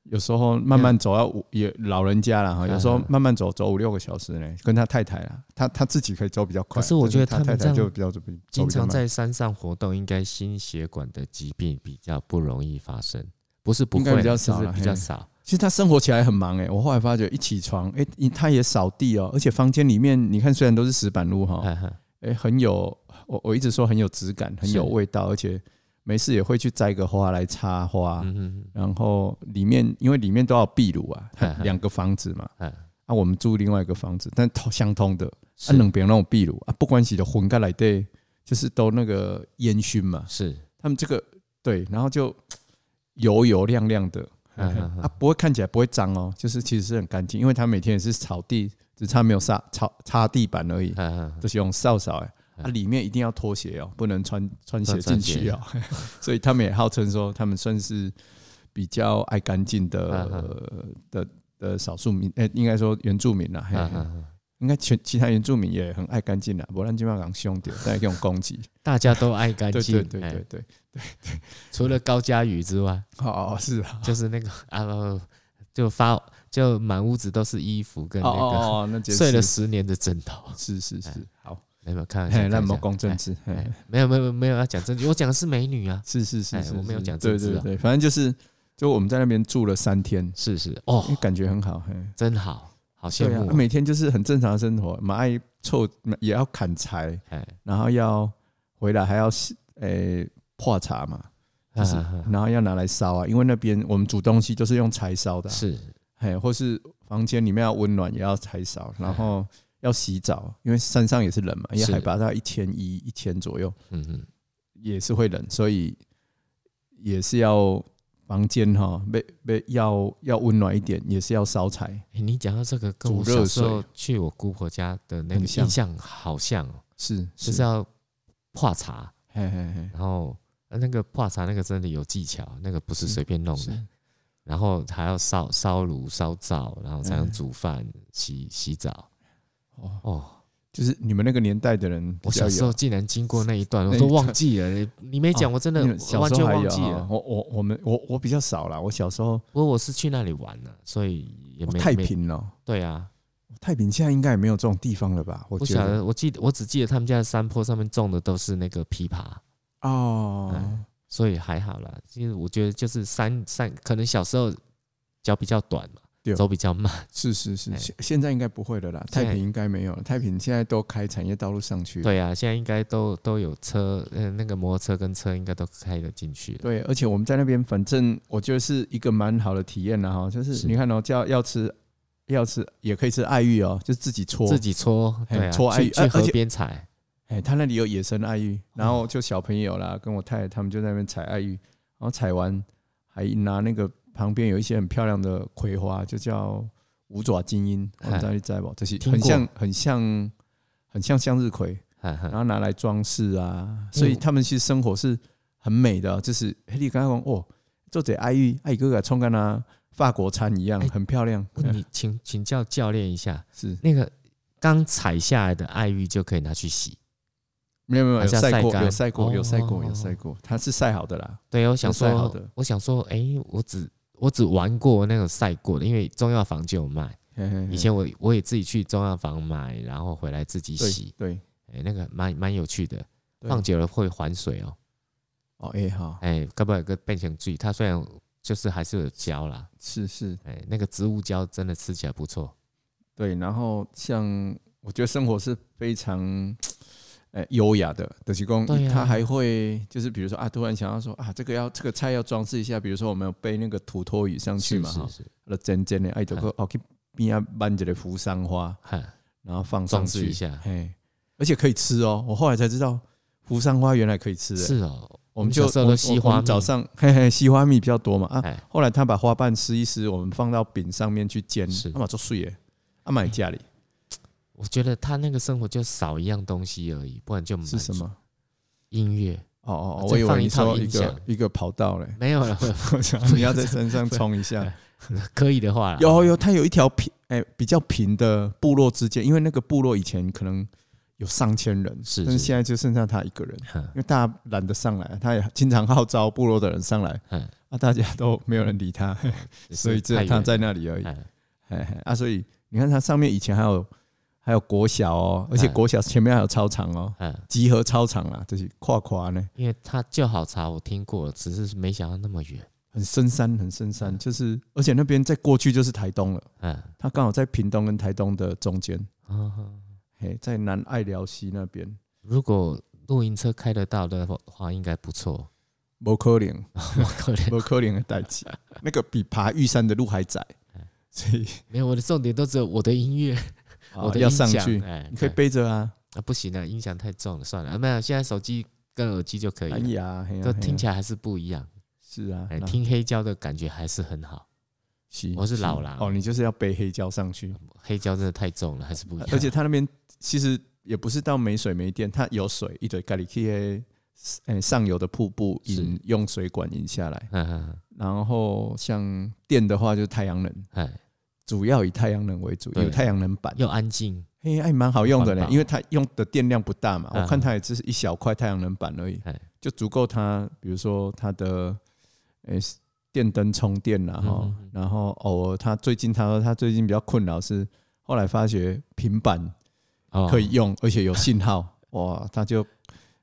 S2: 有时候慢慢走要五也老人家了哈，有时候
S1: 嗯嗯
S2: 慢慢走走五六个小时呢，跟他太太啦，他他自己可以走比较快，
S1: 可是我觉得
S2: 但
S1: 他
S2: 是他
S1: 们
S2: 太太
S1: 这样
S2: 就比较走比走
S1: 经
S2: 比较
S1: 常
S2: 慢，
S1: 在山上活动，应该心血管的疾病比较不容易发生，不是不
S2: 应该
S1: 会，
S2: 比较
S1: 只
S2: 少
S1: 是
S2: 啦
S1: 比较
S2: 嘿
S1: 少。
S2: 其实他生活起来很忙哎，我后来发觉一起床哎，一他也扫地哦，而且房间里面你看虽然都是石板路哈，
S1: 哈哈
S2: 哎，很有我我一直说很有质感，很有
S1: 是
S2: 味道，而且没事也会去摘个花来插花，
S1: 嗯哼
S2: 然后里面因为里面都要有壁炉啊
S1: 嗯，嗯
S2: 两个房子嘛，
S1: 嗯
S2: 啊，我们住另外一个房子，但同相通的，啊，
S1: 是
S2: 两边那种壁炉啊，不关系的混在来对，就是都那个烟熏嘛，
S1: 是
S2: 他们这个对，然后就油油亮亮的，
S1: 嗯
S2: ，OK，
S1: 嗯嗯
S2: 啊，不会看起来不会脏哦，就是其实是很干净，因为他每天也是扫地，只差没有擦擦擦地板而已，
S1: 嗯嗯
S2: 就是用扫扫哎，啊，
S1: 嗯
S2: 里面一定要脱鞋哦，不能穿穿鞋
S1: 穿
S2: 进去哦， 所以他们也号称说他们算是比较爱干净的
S1: 嗯嗯
S2: 呃的的少数民，哎，应该说原住民啦，嘿
S1: 嗯嗯嗯，
S2: 应该全其他原住民也很爱干净啦，不然基本上凶掉，再用 攻击，
S1: 大家都爱干
S2: 对
S1: 净，
S2: 对对
S1: 哎
S2: 对对，
S1: 除了高佳宇之外，
S2: 哦哦是啊，
S1: 就是那个 啊，不不就发就满屋子都是衣服跟
S2: 哦
S1: 那个
S2: 哦哦，那简直
S1: 睡了
S2: 是
S1: 十年的枕头，
S2: 是是是，好，
S1: 没有看，
S2: 嘿，那我
S1: 没
S2: 们公正治，嘿
S1: 哎，没有没有没有要讲证据，我讲的是美女啊，
S2: 是是是
S1: 哎
S2: 是，
S1: 我没有
S2: 是
S1: 讲
S2: 对
S1: 政治
S2: 对
S1: 啊
S2: 对，反正就是就我们在那边住了三天，
S1: 是是哦，
S2: 感觉很好，嘿。
S1: 真好，好羡
S2: 嗯对啊
S1: 慕，
S2: 啊
S1: 哦，
S2: 每天就是很正常的生活，蛮爱凑，也要砍柴，
S1: 哎，
S2: 然后要回来还要洗诶泡茶嘛，就是
S1: 啊啊啊
S2: 然后要拿来烧啊，因为那边我们煮东西都是用柴烧的啊、
S1: 是
S2: 嘿，或是房间里面要温暖也要柴烧，然后要洗澡，因为山上也是冷嘛，因为
S1: 哎是
S2: 海拔大概一千一、一千左右，
S1: 嗯嗯，
S2: 也是会冷，所以也是要房间哈，被被要要温暖一点，也是要烧柴，
S1: 哎你讲到这个，跟我
S2: 煮热
S1: 小时候去我姑婆家的那个
S2: 很像
S1: 印象好像哦，
S2: 是
S1: 就是是要泡茶，
S2: 嘿嘿嘿，
S1: 然后呃那个泡茶那个真的有技巧，那个不是
S2: 是
S1: 随便弄
S2: 是
S1: 的。然后还要烧烧炉、烧灶，然后才
S2: 嗯
S1: 能煮饭、洗洗澡。
S2: 哦，
S1: 哦，
S2: 就是你们那个年代的人比
S1: 我
S2: 较有，哎
S1: 小时候竟然经过那一段，
S2: 那
S1: 我
S2: 一
S1: 都
S2: 段
S1: 忘记了。你你没讲，
S2: 哦
S1: 我真的
S2: 你们小
S1: 完
S2: 时
S1: 全
S2: 候还有哦
S1: 忘记
S2: 哈
S1: 了。
S2: 我我我们我我比较少啦，我小时候
S1: 不过我是去那里玩了，所以也
S2: 我
S1: 没
S2: 哦太
S1: 没
S2: 平了，
S1: 对啊，
S2: 太平现在应该也没有这种地方了吧？我
S1: 不
S2: 觉
S1: 晓
S2: 得
S1: 得，我记得我只记得他们家的山坡上面种的都是那个枇杷，
S2: 哦
S1: 哎，所以还好啦。其实我觉得就是山山，可能小时候脚比较短嘛
S2: 对，
S1: 走比较慢。
S2: 是是是，
S1: 哎
S2: 现现在应该不会了啦，
S1: 现在
S2: 太平应该没有了，太平现在都开产业道路上去了。
S1: 对啊，现在应该都都有车，呃，那个摩托车跟车应该都开得进去了。
S2: 对，而且我们在那边，反正我觉得是一个蛮好的体验啦。哈，就是
S1: 是
S2: 你看哦，叫要吃要吃也可以吃爱玉哦，就自己搓
S1: 自己搓，
S2: 嘿
S1: 对啊，
S2: 搓
S1: 去
S2: 爱
S1: 去
S2: 而
S1: 河
S2: 而且
S1: 边采，
S2: 哎，他那里有野生爱
S1: 哦
S2: 玉，然后就小朋友啦，跟我太太他们就在那边采爱玉，然后采完还拿那个旁边有一些很漂亮的葵花，就叫五爪金樱，我
S1: 哎
S2: 们在那摘吧，这些
S1: 听
S2: 很
S1: 过
S2: 像很像很像向日葵，
S1: 哈
S2: 然
S1: 哈
S2: 后拿来装饰啊，
S1: 嗯
S2: 所以他们其实生活是很美的，啊就是嘿你刚刚讲哦，作者爱玉爱哥哥冲干啊，法国餐一样
S1: 哎，
S2: 很漂亮，
S1: 问你请请教教练一下，
S2: 是
S1: 那个刚采下来的爱玉就可以拿去洗。
S2: 没有没有
S1: 还
S2: 有
S1: 是要晒
S2: 晒过
S1: 干
S2: 有晒过有晒过有
S1: 哦
S2: 晒过，它是晒好的啦，
S1: 对，我想
S2: 有晒好
S1: 说
S2: 的，
S1: 我想说，哎、我只我只玩过那个晒过的，因为中药房就有卖。
S2: 嘿嘿嘿
S1: 以前我我也自己去中药房买，然后回来自己
S2: 对
S1: 洗，
S2: 对
S1: 哎、那个蛮蛮有趣的。
S2: 对
S1: 放久了会还水哦，
S2: 哦哎好
S1: 哎、该不会有个变成菌？它虽然就是还是有胶啦，
S2: 是是
S1: 哎、那个植物胶真的吃起来不错。
S2: 对，然后像我觉得生活是非常。呃，优雅的德西公
S1: 对，啊
S2: 他还会就是比如说啊，突然想到说啊，这个要这个菜要装饰一下，比如说我们有背那个土托鱼上去嘛，哈
S1: 是，哎是是，
S2: 了尖尖的，爱就个哦去边啊搬一个扶桑花，
S1: 哈，
S2: 然后放
S1: 装
S2: 上去
S1: 饰一，下。
S2: 嘿，而且可以吃哦。我后来才知道扶桑花原来可以吃，欸
S1: 是哦，
S2: 我
S1: 们
S2: 们就
S1: 小时候都西
S2: 我
S1: 花
S2: 们
S1: 蜜
S2: 早上嘿嘿西花蜜比较多嘛啊。
S1: 哎，
S2: 后来他把花瓣撕一撕，我们放到饼上面去煎啊
S1: 是，
S2: 阿玛做碎啊耶，阿买家里
S1: 我觉得他那个生活就少一样东西而已，不然就满
S2: 是什
S1: 足
S2: 么？
S1: 音乐
S2: 哦哦
S1: 嗯啊
S2: 哦，我以
S1: 再
S2: 为
S1: 放一
S2: 你
S1: 套
S2: 说一
S1: 音
S2: 个
S1: 响
S2: 一个跑道嘞，
S1: 没有了，
S2: 我想你要在身上冲一
S1: 哎
S2: 下。
S1: 可以的话啦，
S2: 有有，它有一条平哎、比较平的部落之间，因为那个部落以前可能有上千人，
S1: 是
S2: 但是
S1: 是嗯
S2: 现在就剩下他一个人，
S1: 哼
S2: 因为大家懒得上来，他也经常号召部落的人上来，
S1: 嗯
S2: 啊，大家都没有人理他，所以只有
S1: 太
S2: 他
S1: 远
S2: 在
S1: 了
S2: 那里而已，
S1: 哎
S2: 哎哎啊，所以你看它上面以前还有还有国小哦，而且
S1: 嗯
S2: 国小前面还有操场哦，
S1: 嗯，
S2: 集合操场啦，这些跨跨呢，
S1: 因为它就好查，我听过了，只是没想到那么远。
S2: 很深山，很深
S1: 哎
S2: 山，就是而且那边在过去就是台东了，
S1: 嗯，
S2: 它刚好在屏东跟台东的中间。
S1: 哦
S2: 嘿，在南爱寮溪那边，
S1: 如果露营车开得到的话，应该不错。
S2: 无可能，
S1: 我可能
S2: 无可能的代志，那个比爬玉山的路还窄，
S1: 哎
S2: 所以
S1: 没有，我的重点都只有我的音乐，我
S2: 啊
S1: 的
S2: 要
S1: 音
S2: 上
S1: 响
S2: 去，
S1: 哎
S2: 你，可以
S1: 对
S2: 背着啊，
S1: 啊，不行了，音响太重了，算了，啊，没有，现在手机跟耳机就可以
S2: 哎
S1: 了，啊
S2: 呀，嘿呀
S1: 都听起
S2: 来
S1: 来还是不一样。
S2: 是啊
S1: 哎，，
S2: 那
S1: 听黑胶的感觉还是很好。
S2: 是
S1: 我是老啦
S2: 哦，你就是要背黑胶上去，
S1: 黑胶真的太重了，还是不一样。嗯
S2: 而且它那边其实也不是到没水没电，它有水一堆咖喱 K 嗯上游的瀑布引
S1: 是
S2: 用水管引下来，
S1: 嗯，嗯
S2: 然后像电的话就是太阳能，
S1: 嗯哎，
S2: 主要以太阳能为主，
S1: 对
S2: 有太阳能板，
S1: 又安静，
S2: 嘿，还蛮好用的
S1: 环
S2: 呢，
S1: 保
S2: 因为它用的电量不大嘛，
S1: 嗯
S2: 我看它也只是一小块太阳能板而已
S1: 哎，
S2: 就足够它，比如说它的诶电灯充电啦，
S1: 嗯
S2: 哈
S1: 嗯嗯，
S2: 然后偶尔它最近他说他最近比较困扰是后来发觉平板
S1: 哦
S2: 可以用，而且有 信号，哇，他就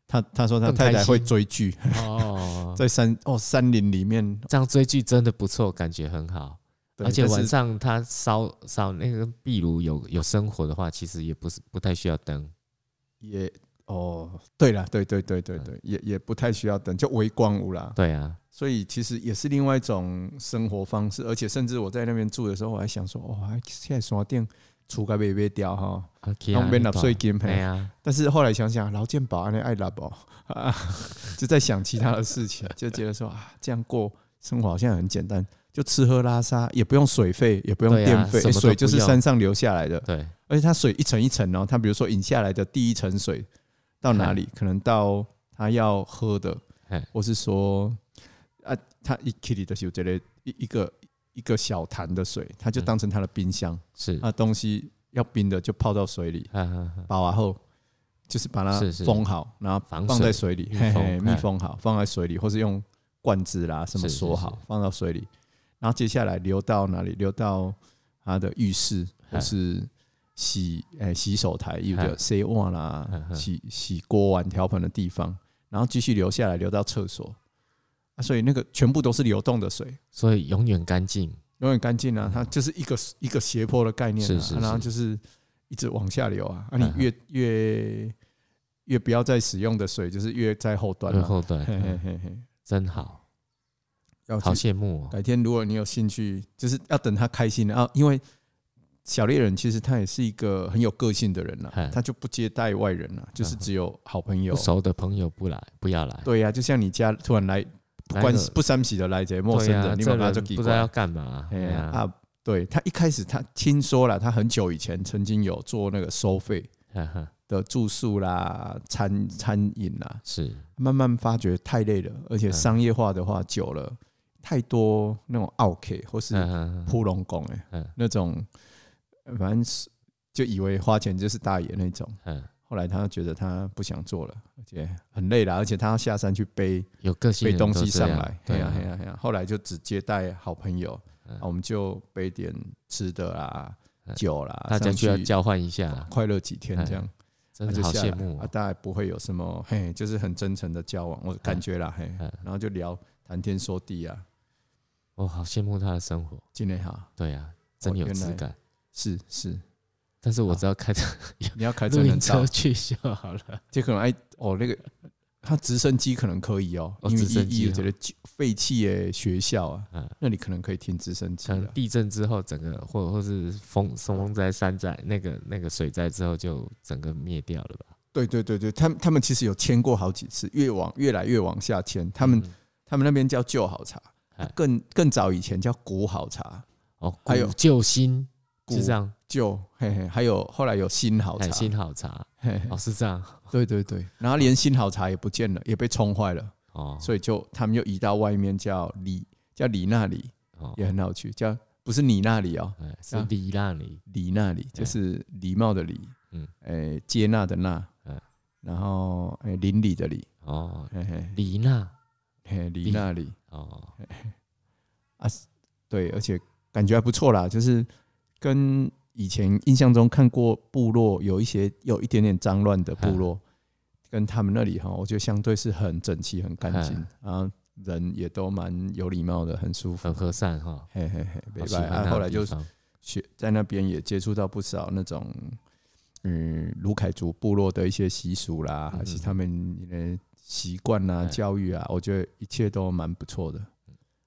S2: 他他说他
S1: 更开
S2: 太太会
S1: 心
S2: 追剧，
S1: 哦，
S2: 在山哦山林里面，
S1: 这样追剧真的不错，感觉很好。
S2: 对
S1: 而且
S2: 但是
S1: 晚上它烧烧那个壁炉有有生火的话，其实也不是不太需要灯。
S2: 也哦，对了，对对对对对，也也不太需要等，就微光屋啦。
S1: 对啊，
S2: 所以其实也是另外一种生活方式，而且甚至我在那边住的时候，我还想说，哦，还现在山顶厝该被被掉哈，
S1: 旁
S2: 旁边纳税金
S1: 啊对
S2: 嘿。
S1: 啊，
S2: 但是后来想想，劳健保安那爱拉保 啊，就在想其他的 事情，就觉得说啊，这样过生活好像很简单，就吃喝拉撒也不用水费，也不用
S1: 对啊
S2: 电费，
S1: 什么都
S2: 水就是
S1: 不用
S2: 山上流下来的，
S1: 对，
S2: 而且它水一层一层哦，它比如说引下来的第一层水到哪里，可能到它要喝的
S1: 嘿，
S2: 或是说啊，它一 k i t 的是有这类一一个一个小潭的水，它
S1: 嗯
S2: 就当成它的冰箱，
S1: 是
S2: 那、东西要冰的就泡到水里，
S1: 啊啊啊
S2: 煲完后就是把它
S1: 是是
S2: 封好，然后
S1: 防
S2: 放在
S1: 水
S2: 水里，
S1: 密
S2: 嘿
S1: 封
S2: 嘿
S1: 嗯
S2: 密封好，放在水里，或是用罐子啦什么
S1: 是是是
S2: 锁好，放到水里，然后接下来流到哪里？流到它的浴室或
S1: 嗯
S2: 是洗诶、洗手台，有
S1: 嗯
S2: 的 C 碗啦
S1: 嗯，嗯
S2: 洗洗锅碗瓢盆的地方，然后继续流下来，流到厕所。啊，所以那个全部都是流动的水，
S1: 所以永远干净。
S2: 永远干净啊！它就是一个一个斜坡的概念、啊，
S1: 是是
S2: 啊然后
S1: 是
S2: 就是一直往下流啊！啊，
S1: 嗯
S2: 你越越越不要再使用的水，就是越在后端
S1: 最
S2: 啊。
S1: 后对，
S2: 嘿嘿
S1: 嗯
S2: 嘿嘿，
S1: 真好，
S2: 要
S1: 好
S2: 去
S1: 羡慕哦。
S2: 改天如果你有兴趣，就是要等他开心啊，因为小猎人其实他也是一个很有个性的人啦、啊
S1: 嗯
S2: 他就不接待外人啦、就是
S1: 嗯
S2: 只有好朋友
S1: 不。熟的朋友不来，不要来。
S2: 对啊呀、就像你家突然来不
S1: 来
S2: 关
S1: 个
S2: 不三喜的来这陌生
S1: 对啊，
S2: 人，你
S1: 这
S2: 把他
S1: 人
S2: 就
S1: 不知道要干嘛。
S2: 哎
S1: 哎
S2: 呀
S1: 呀，
S2: 啊，对他一开始他听说了，他很久以前曾经有做那个收费
S1: 哈哈
S2: 的住宿啦、餐餐饮啦，
S1: 是
S2: 慢慢发觉太累了，而且
S1: 嗯
S2: 商业化的话久了，太多那种 OK 或
S1: 嗯
S2: 是
S1: 嗯嗯
S2: 扑龙宫哎
S1: 嗯，
S2: 那种呃反正是就以为花钱就是大爷那种。
S1: 嗯，
S2: 后来他觉得他不想做了，而且很累了，而且他要下山去背
S1: 有个性
S2: 背
S1: 的人
S2: 东
S1: 都
S2: 西
S1: 这
S2: 上
S1: 样
S2: 来，
S1: 对
S2: 呀
S1: 啊
S2: 嘿，呀嘿呀，后来就只接待好朋友，
S1: 嗯
S2: 啊我们就背点吃的啦、
S1: 嗯
S2: 酒啦，
S1: 大家
S2: 上
S1: 就要
S2: 去
S1: 交换一下，
S2: 快乐几天这样，
S1: 真
S2: 啊
S1: 的
S2: 就
S1: 好
S2: 下
S1: 羡
S2: 来
S1: 慕
S2: 啊，
S1: 哦。
S2: 大概不会有什么嘿，就是很真诚的交往，我感觉啦嘿
S1: 嗯，
S2: 然后就聊谈天说地啊，
S1: 我哦好羡慕他的生活。
S2: 今天好，
S1: 对啊，真有
S2: 哦原
S1: 质
S2: 来
S1: 感。
S2: 是是，
S1: 但是我
S2: 好
S1: 只要开着
S2: 你要开车
S1: 露营
S2: 能
S1: 车
S2: 到，
S1: 去就好了。
S2: 这可能哎哦那个。他直升机可能可以哦，
S1: 哦
S2: 因为
S1: 直升
S2: 一一
S1: 机
S2: 我觉得废弃的学校啊，
S1: 嗯
S2: 那里可能可以停直升机啊
S1: 可能
S2: 了。
S1: 地震之后，整个或或是风风灾、山灾，那个那个水灾之后，就整个灭掉了吧？
S2: 对对对对，他们他们其实有签过好几次，越往越来越往下签。他们、
S1: 嗯
S2: 他们那边叫旧好茶
S1: 哎，
S2: 更更早以前叫古好茶，
S1: 哦，
S2: 还有
S1: 古旧新
S2: 古
S1: 是这样，
S2: 旧嘿嘿，还有后来有新好茶
S1: 海，哎新好茶
S2: 嘿嘿
S1: 哦，是这样
S2: 对对对，然后连新好茶也不见了，也被冲坏了，
S1: 哦，
S2: 所以就他们就移到外面叫里叫里那里，
S1: 哦
S2: 也很好去，叫不是你那里哦，
S1: 哎是
S2: 啊
S1: 离那里
S2: 礼那里，就是礼貌的礼，嗯
S1: 哎嗯，
S2: 诶，接纳的纳
S1: 嗯，
S2: 然后诶邻里的里，
S1: 哦，
S2: 嘿嘿
S1: 离那
S2: 嘿，里
S1: 里
S2: 那里，
S1: 哦，
S2: 啊对，而且感觉还不错啦，就是跟以前印象中看过部落有一些有一点点脏乱的
S1: 嗯
S2: 部落，跟他们那里哈，我觉得相对是很整齐、很干净，
S1: 嗯
S2: 然后人也都蛮有礼貌的，很舒服。
S1: 很和善哈，
S2: 嘿嘿嘿，
S1: 好
S2: 嗯没
S1: 喜欢
S2: 办法。
S1: 那
S2: 啊后来
S1: 地
S2: 就
S1: 方
S2: 学在那边也接触到不少那种，嗯，卢凯族部落的一些习俗啦，
S1: 嗯
S2: 还是他们的习惯啊、
S1: 哎
S2: 教育啊，我觉得一切都蛮不错的。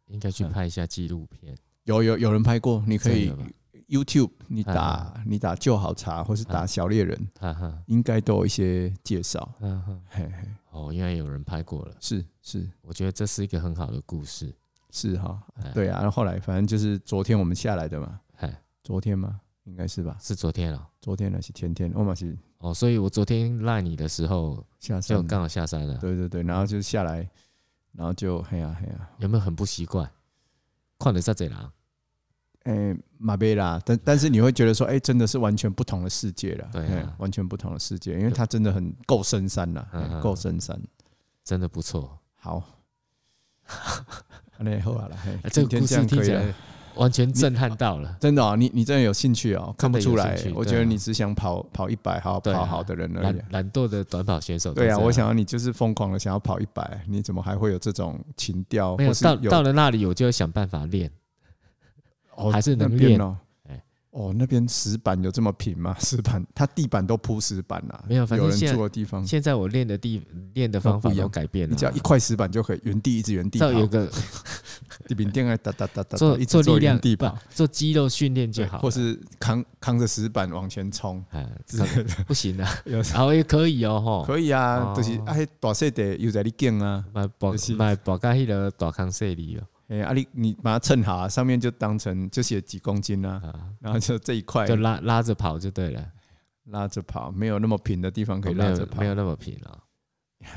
S1: 应该去
S2: 嗯
S1: 拍一下纪录片，
S2: 有有有人拍过，你可以
S1: 真的吧
S2: YouTube，你
S1: 啊
S2: 打你打就好查，或是打
S1: 啊
S2: 小猎人，
S1: 哈哈，
S2: 应该都有一些介绍。
S1: 哈哈，
S2: 嘿嘿，
S1: 哦，原来有人拍过了，
S2: 是是，
S1: 我觉得这是一个很好的故事，
S2: 是哈
S1: 哎，
S2: 对啊。然后后来反正就是昨天我们下来的嘛，
S1: 哎，
S2: 昨天吗？应该是吧，
S1: 是昨天了
S2: 昨天还是前天？我嘛是
S1: 哦，所以我昨天赖你的时候，
S2: 下山
S1: 就
S2: 的，
S1: 刚好下山了，
S2: 对对对，然后就下来，然后就嘿呀嘿呀，
S1: 有没有很不习惯？看了这贼狼，
S2: 哎，马贝啦，但但是你会觉得说，哎，真的是完全不同的世界了，
S1: 对啊
S2: 嘿完全不同的世界，因为它真的很够深山了，
S1: 嗯
S2: 嘿
S1: 嗯
S2: 够深山。
S1: 真的不错，
S2: 好， 那后来了，嘿
S1: 哎这
S2: 今
S1: 个故
S2: 天这
S1: 事
S2: 样
S1: 听
S2: 可以
S1: 起
S2: 了
S1: 来完全震撼到了。
S2: 真的哦，你你真的有兴趣哦，看不出来
S1: 有兴，趣
S2: 我
S1: 对啊
S2: 觉得你只想跑跑一百，好好
S1: 对啊
S2: 跑好的人而已
S1: 懒。懒惰的短跑选手都这
S2: 对
S1: 样，
S2: 啊，我想要你就是疯狂的想要跑一百，你怎么还会有这种情调？
S1: 没有
S2: 或是
S1: 到
S2: 有
S1: 到了那里，我就要想办法练。
S2: 哦
S1: 还是
S2: 那
S1: 能
S2: 边
S1: 练
S2: 哦
S1: 哎。
S2: 哦，那边石板有这么平吗？ 石板，它地板都铺石板啦、
S1: 没有反正
S2: 人
S1: 现在
S2: 住的地方，
S1: 现在我练的地练的方法
S2: 嗯哦不一
S1: 都
S2: 样
S1: 改变
S2: 你
S1: 了
S2: 只要
S1: 啊，
S2: 一块石板就可以原地一直原地
S1: 只要
S2: 跑，
S1: 有 个
S2: 地平垫啊哒哒哒哒，
S1: 做
S2: 一直
S1: 做力量
S2: 原地
S1: 不
S2: 跑
S1: 做肌肉训练就
S2: 对
S1: 好了，
S2: 或是扛扛着石板往前冲，
S1: 哎，这个不行啊，
S2: 有时
S1: 然后也可以哦吼，
S2: 可以啊，
S1: 哦
S2: 就是哎大细地又在你见啊，
S1: 买保
S2: 就是
S1: 买保加迄个大康赛里哦了
S2: 哎、啊你你把它称好，啊上面就当成就写几公斤啊，
S1: 啊，
S2: 然后就这一块
S1: 就拉拉着跑就对了，
S2: 拉着跑，没有那么平的地方可以
S1: 没
S2: 拉着
S1: 有
S2: 跑，
S1: 没有那么平了，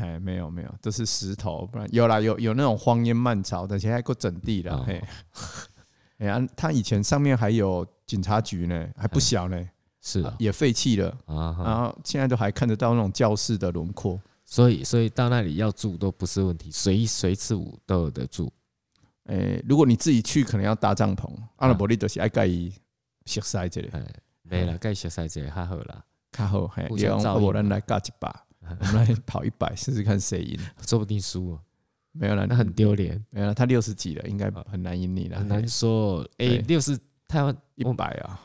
S2: 哎，没有没有，都是石头，不然有啦，有有那种荒烟蔓草的，现在够整地了。
S1: 哦
S2: 嘿， 哎呀，他以前上面还有警察局呢，还不小呢，
S1: 嗯是啊
S2: 也废弃了，
S1: 啊
S2: 然
S1: 哈，
S2: 后现在都还看得到那种教室的轮廓。
S1: 所以所以到那里要住都不是问题，随随次舞都有得住，
S2: 哎、如果你自己去，可能要搭帐篷，啊阿
S1: 嗯
S2: 拉伯利德是爱盖伊熟悉这里，
S1: 哎，没了，该小赛者较好啦，
S2: 较好嘿，
S1: 互
S2: 也
S1: 相
S2: 用
S1: 照
S2: 阿
S1: 应
S2: 伯人来尬一 把，我们来跑一百试试看谁赢。
S1: 说不定输哦，
S2: 没有啦，
S1: 那很丢脸，
S2: 没有啦，他六十几了，应该很难赢你了，
S1: 很难说哦，哎
S2: 对，
S1: 六是台湾
S2: 一百啊。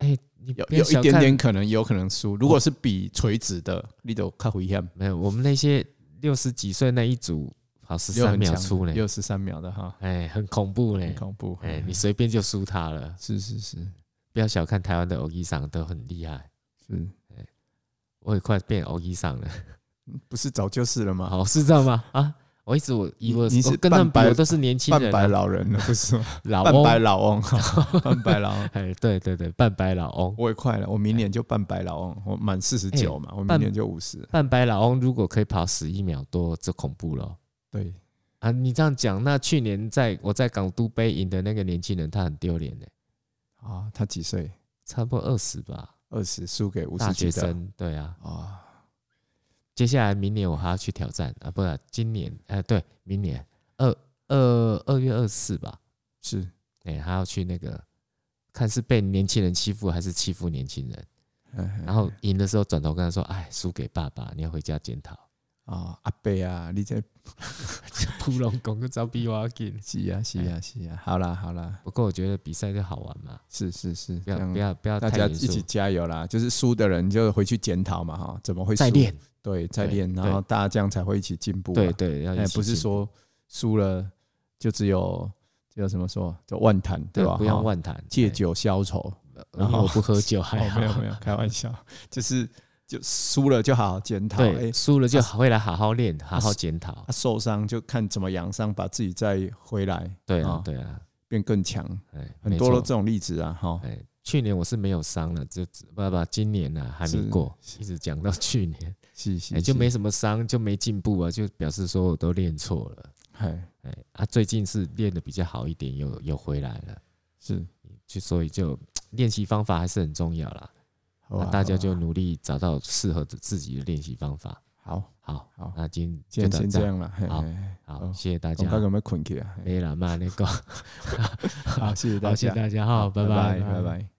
S1: 哎，你
S2: 有
S1: 不要
S2: 有一
S1: 小
S2: 点
S1: 看哦
S2: 点可能，有可能输。如果是比垂直的，你都看回险，
S1: 没有，我们那些六十几岁那一组跑十
S2: 又
S1: 三
S2: 很
S1: 秒
S2: 强
S1: 出呢，
S2: 六十三秒的哈，
S1: 哎，很恐怖呢
S2: 很，恐怖。
S1: 哎，你随便就输他了。
S2: 是是是
S1: 不要小看台湾的欧医上都很厉害，
S2: 是，
S1: 我也快变欧医上了。
S2: 不是早就是了吗？
S1: 哦，是这样吗？啊，我一直我以为
S2: 你你是
S1: 我跟他们比，
S2: 半白
S1: 我都是年轻
S2: 半
S1: 人
S2: 白
S1: 啊，
S2: 老人了，不是吗？
S1: 老
S2: 半白
S1: 翁，
S2: 老翁， 半白老翁。
S1: 哎，对对对，半白老翁，
S2: 我也快了，我
S1: 哎
S2: 明年就半白老翁，我满四十九嘛，我明
S1: 半
S2: 年就五十。
S1: 半白老翁如果可以跑十一秒多，这恐怖了
S2: 对，
S1: 啊！你这样讲，那去年在我在港都杯赢的那个年轻人，他很丢脸呢，
S2: 啊，他几岁？
S1: 差不多二十吧，
S2: 二十，输给五
S1: 大
S2: 十
S1: 学
S2: 几的
S1: 生，对啊，
S2: 啊。
S1: 接下来明年我还要去挑战啊，不是今年，哎，对，明年二二二月二十四吧，
S2: 是，
S1: 哎，还要去那个看是被年轻人欺负还是欺负年轻人，
S2: 然
S1: 然后赢的时候转头跟他说，哎，输给爸爸，你要回家检讨。
S2: 啊，阿伯啊，你这
S1: 普龙公个招逼挖劲。
S2: 是啊是啊是啊，好啦好啦，
S1: 不过我觉得比赛就好玩嘛，
S2: 是是是，
S1: 不
S2: 这
S1: 要
S2: 样
S1: 不要不要
S2: 大
S1: 太
S2: 家
S1: 严
S2: 一起
S1: 肃，
S2: 加油啦！就是输的人就回去检讨嘛，哈，怎么会输啊
S1: 再练，
S2: 对，再
S1: 对
S2: 练，然后大家这样才会一起进步嘛。
S1: 对对，要
S2: 哎，
S1: 一起
S2: 不是
S1: 进步
S2: 说输了就只有叫什么说叫万谈，
S1: 对
S2: 吧？
S1: 不用
S2: 哈
S1: 万谈
S2: 借，酒消愁。
S1: 哎
S2: 然
S1: 因为
S2: 后
S1: 我不喝 酒，还
S2: 哦，
S1: 好
S2: 没 有没有，开玩笑，就是就输了就好好检讨。哎
S1: 对，，输了就回来好好练，好好检讨
S2: 啊。受伤就看怎么养伤，把自己再回来，
S1: 对
S2: 啊
S1: 啊对啊，
S2: 变更强。
S1: 哎，
S2: 很
S1: 没
S2: 多都
S1: 错
S2: 这种例子啊，哈。
S1: 哎，去年我是没有伤了，就只不不，今年呢、还没
S2: 是
S1: 过，一直讲到去年，
S2: 是是
S1: 哎，就是没什么伤，就没进步啊，就表示说我都练错了。
S2: 哎
S1: 哎，啊，最近是练的比较好一点，又又回来了，
S2: 是，
S1: 就所以就练习方法还是很重要啦。
S2: 好
S1: 那
S2: 啊
S1: 大
S2: 好
S1: 家
S2: 啊
S1: 就努力找到适合的自己的练习方法。
S2: 好，
S1: 好，
S2: 好
S1: 那今
S2: 今
S1: 天就
S2: 天先
S1: 到
S2: 这
S1: 这样，
S2: 样哦了。嘿
S1: 好
S2: 嘿嘿
S1: 好，
S2: 好
S1: 谢谢大
S2: 我
S1: 家
S2: 们。看有没有困起啊？嘿
S1: 没啦，骂那个，
S2: 好，谢谢大
S1: 好，谢谢，
S2: 家
S1: 大家哈，
S2: 拜
S1: 拜
S2: 拜拜。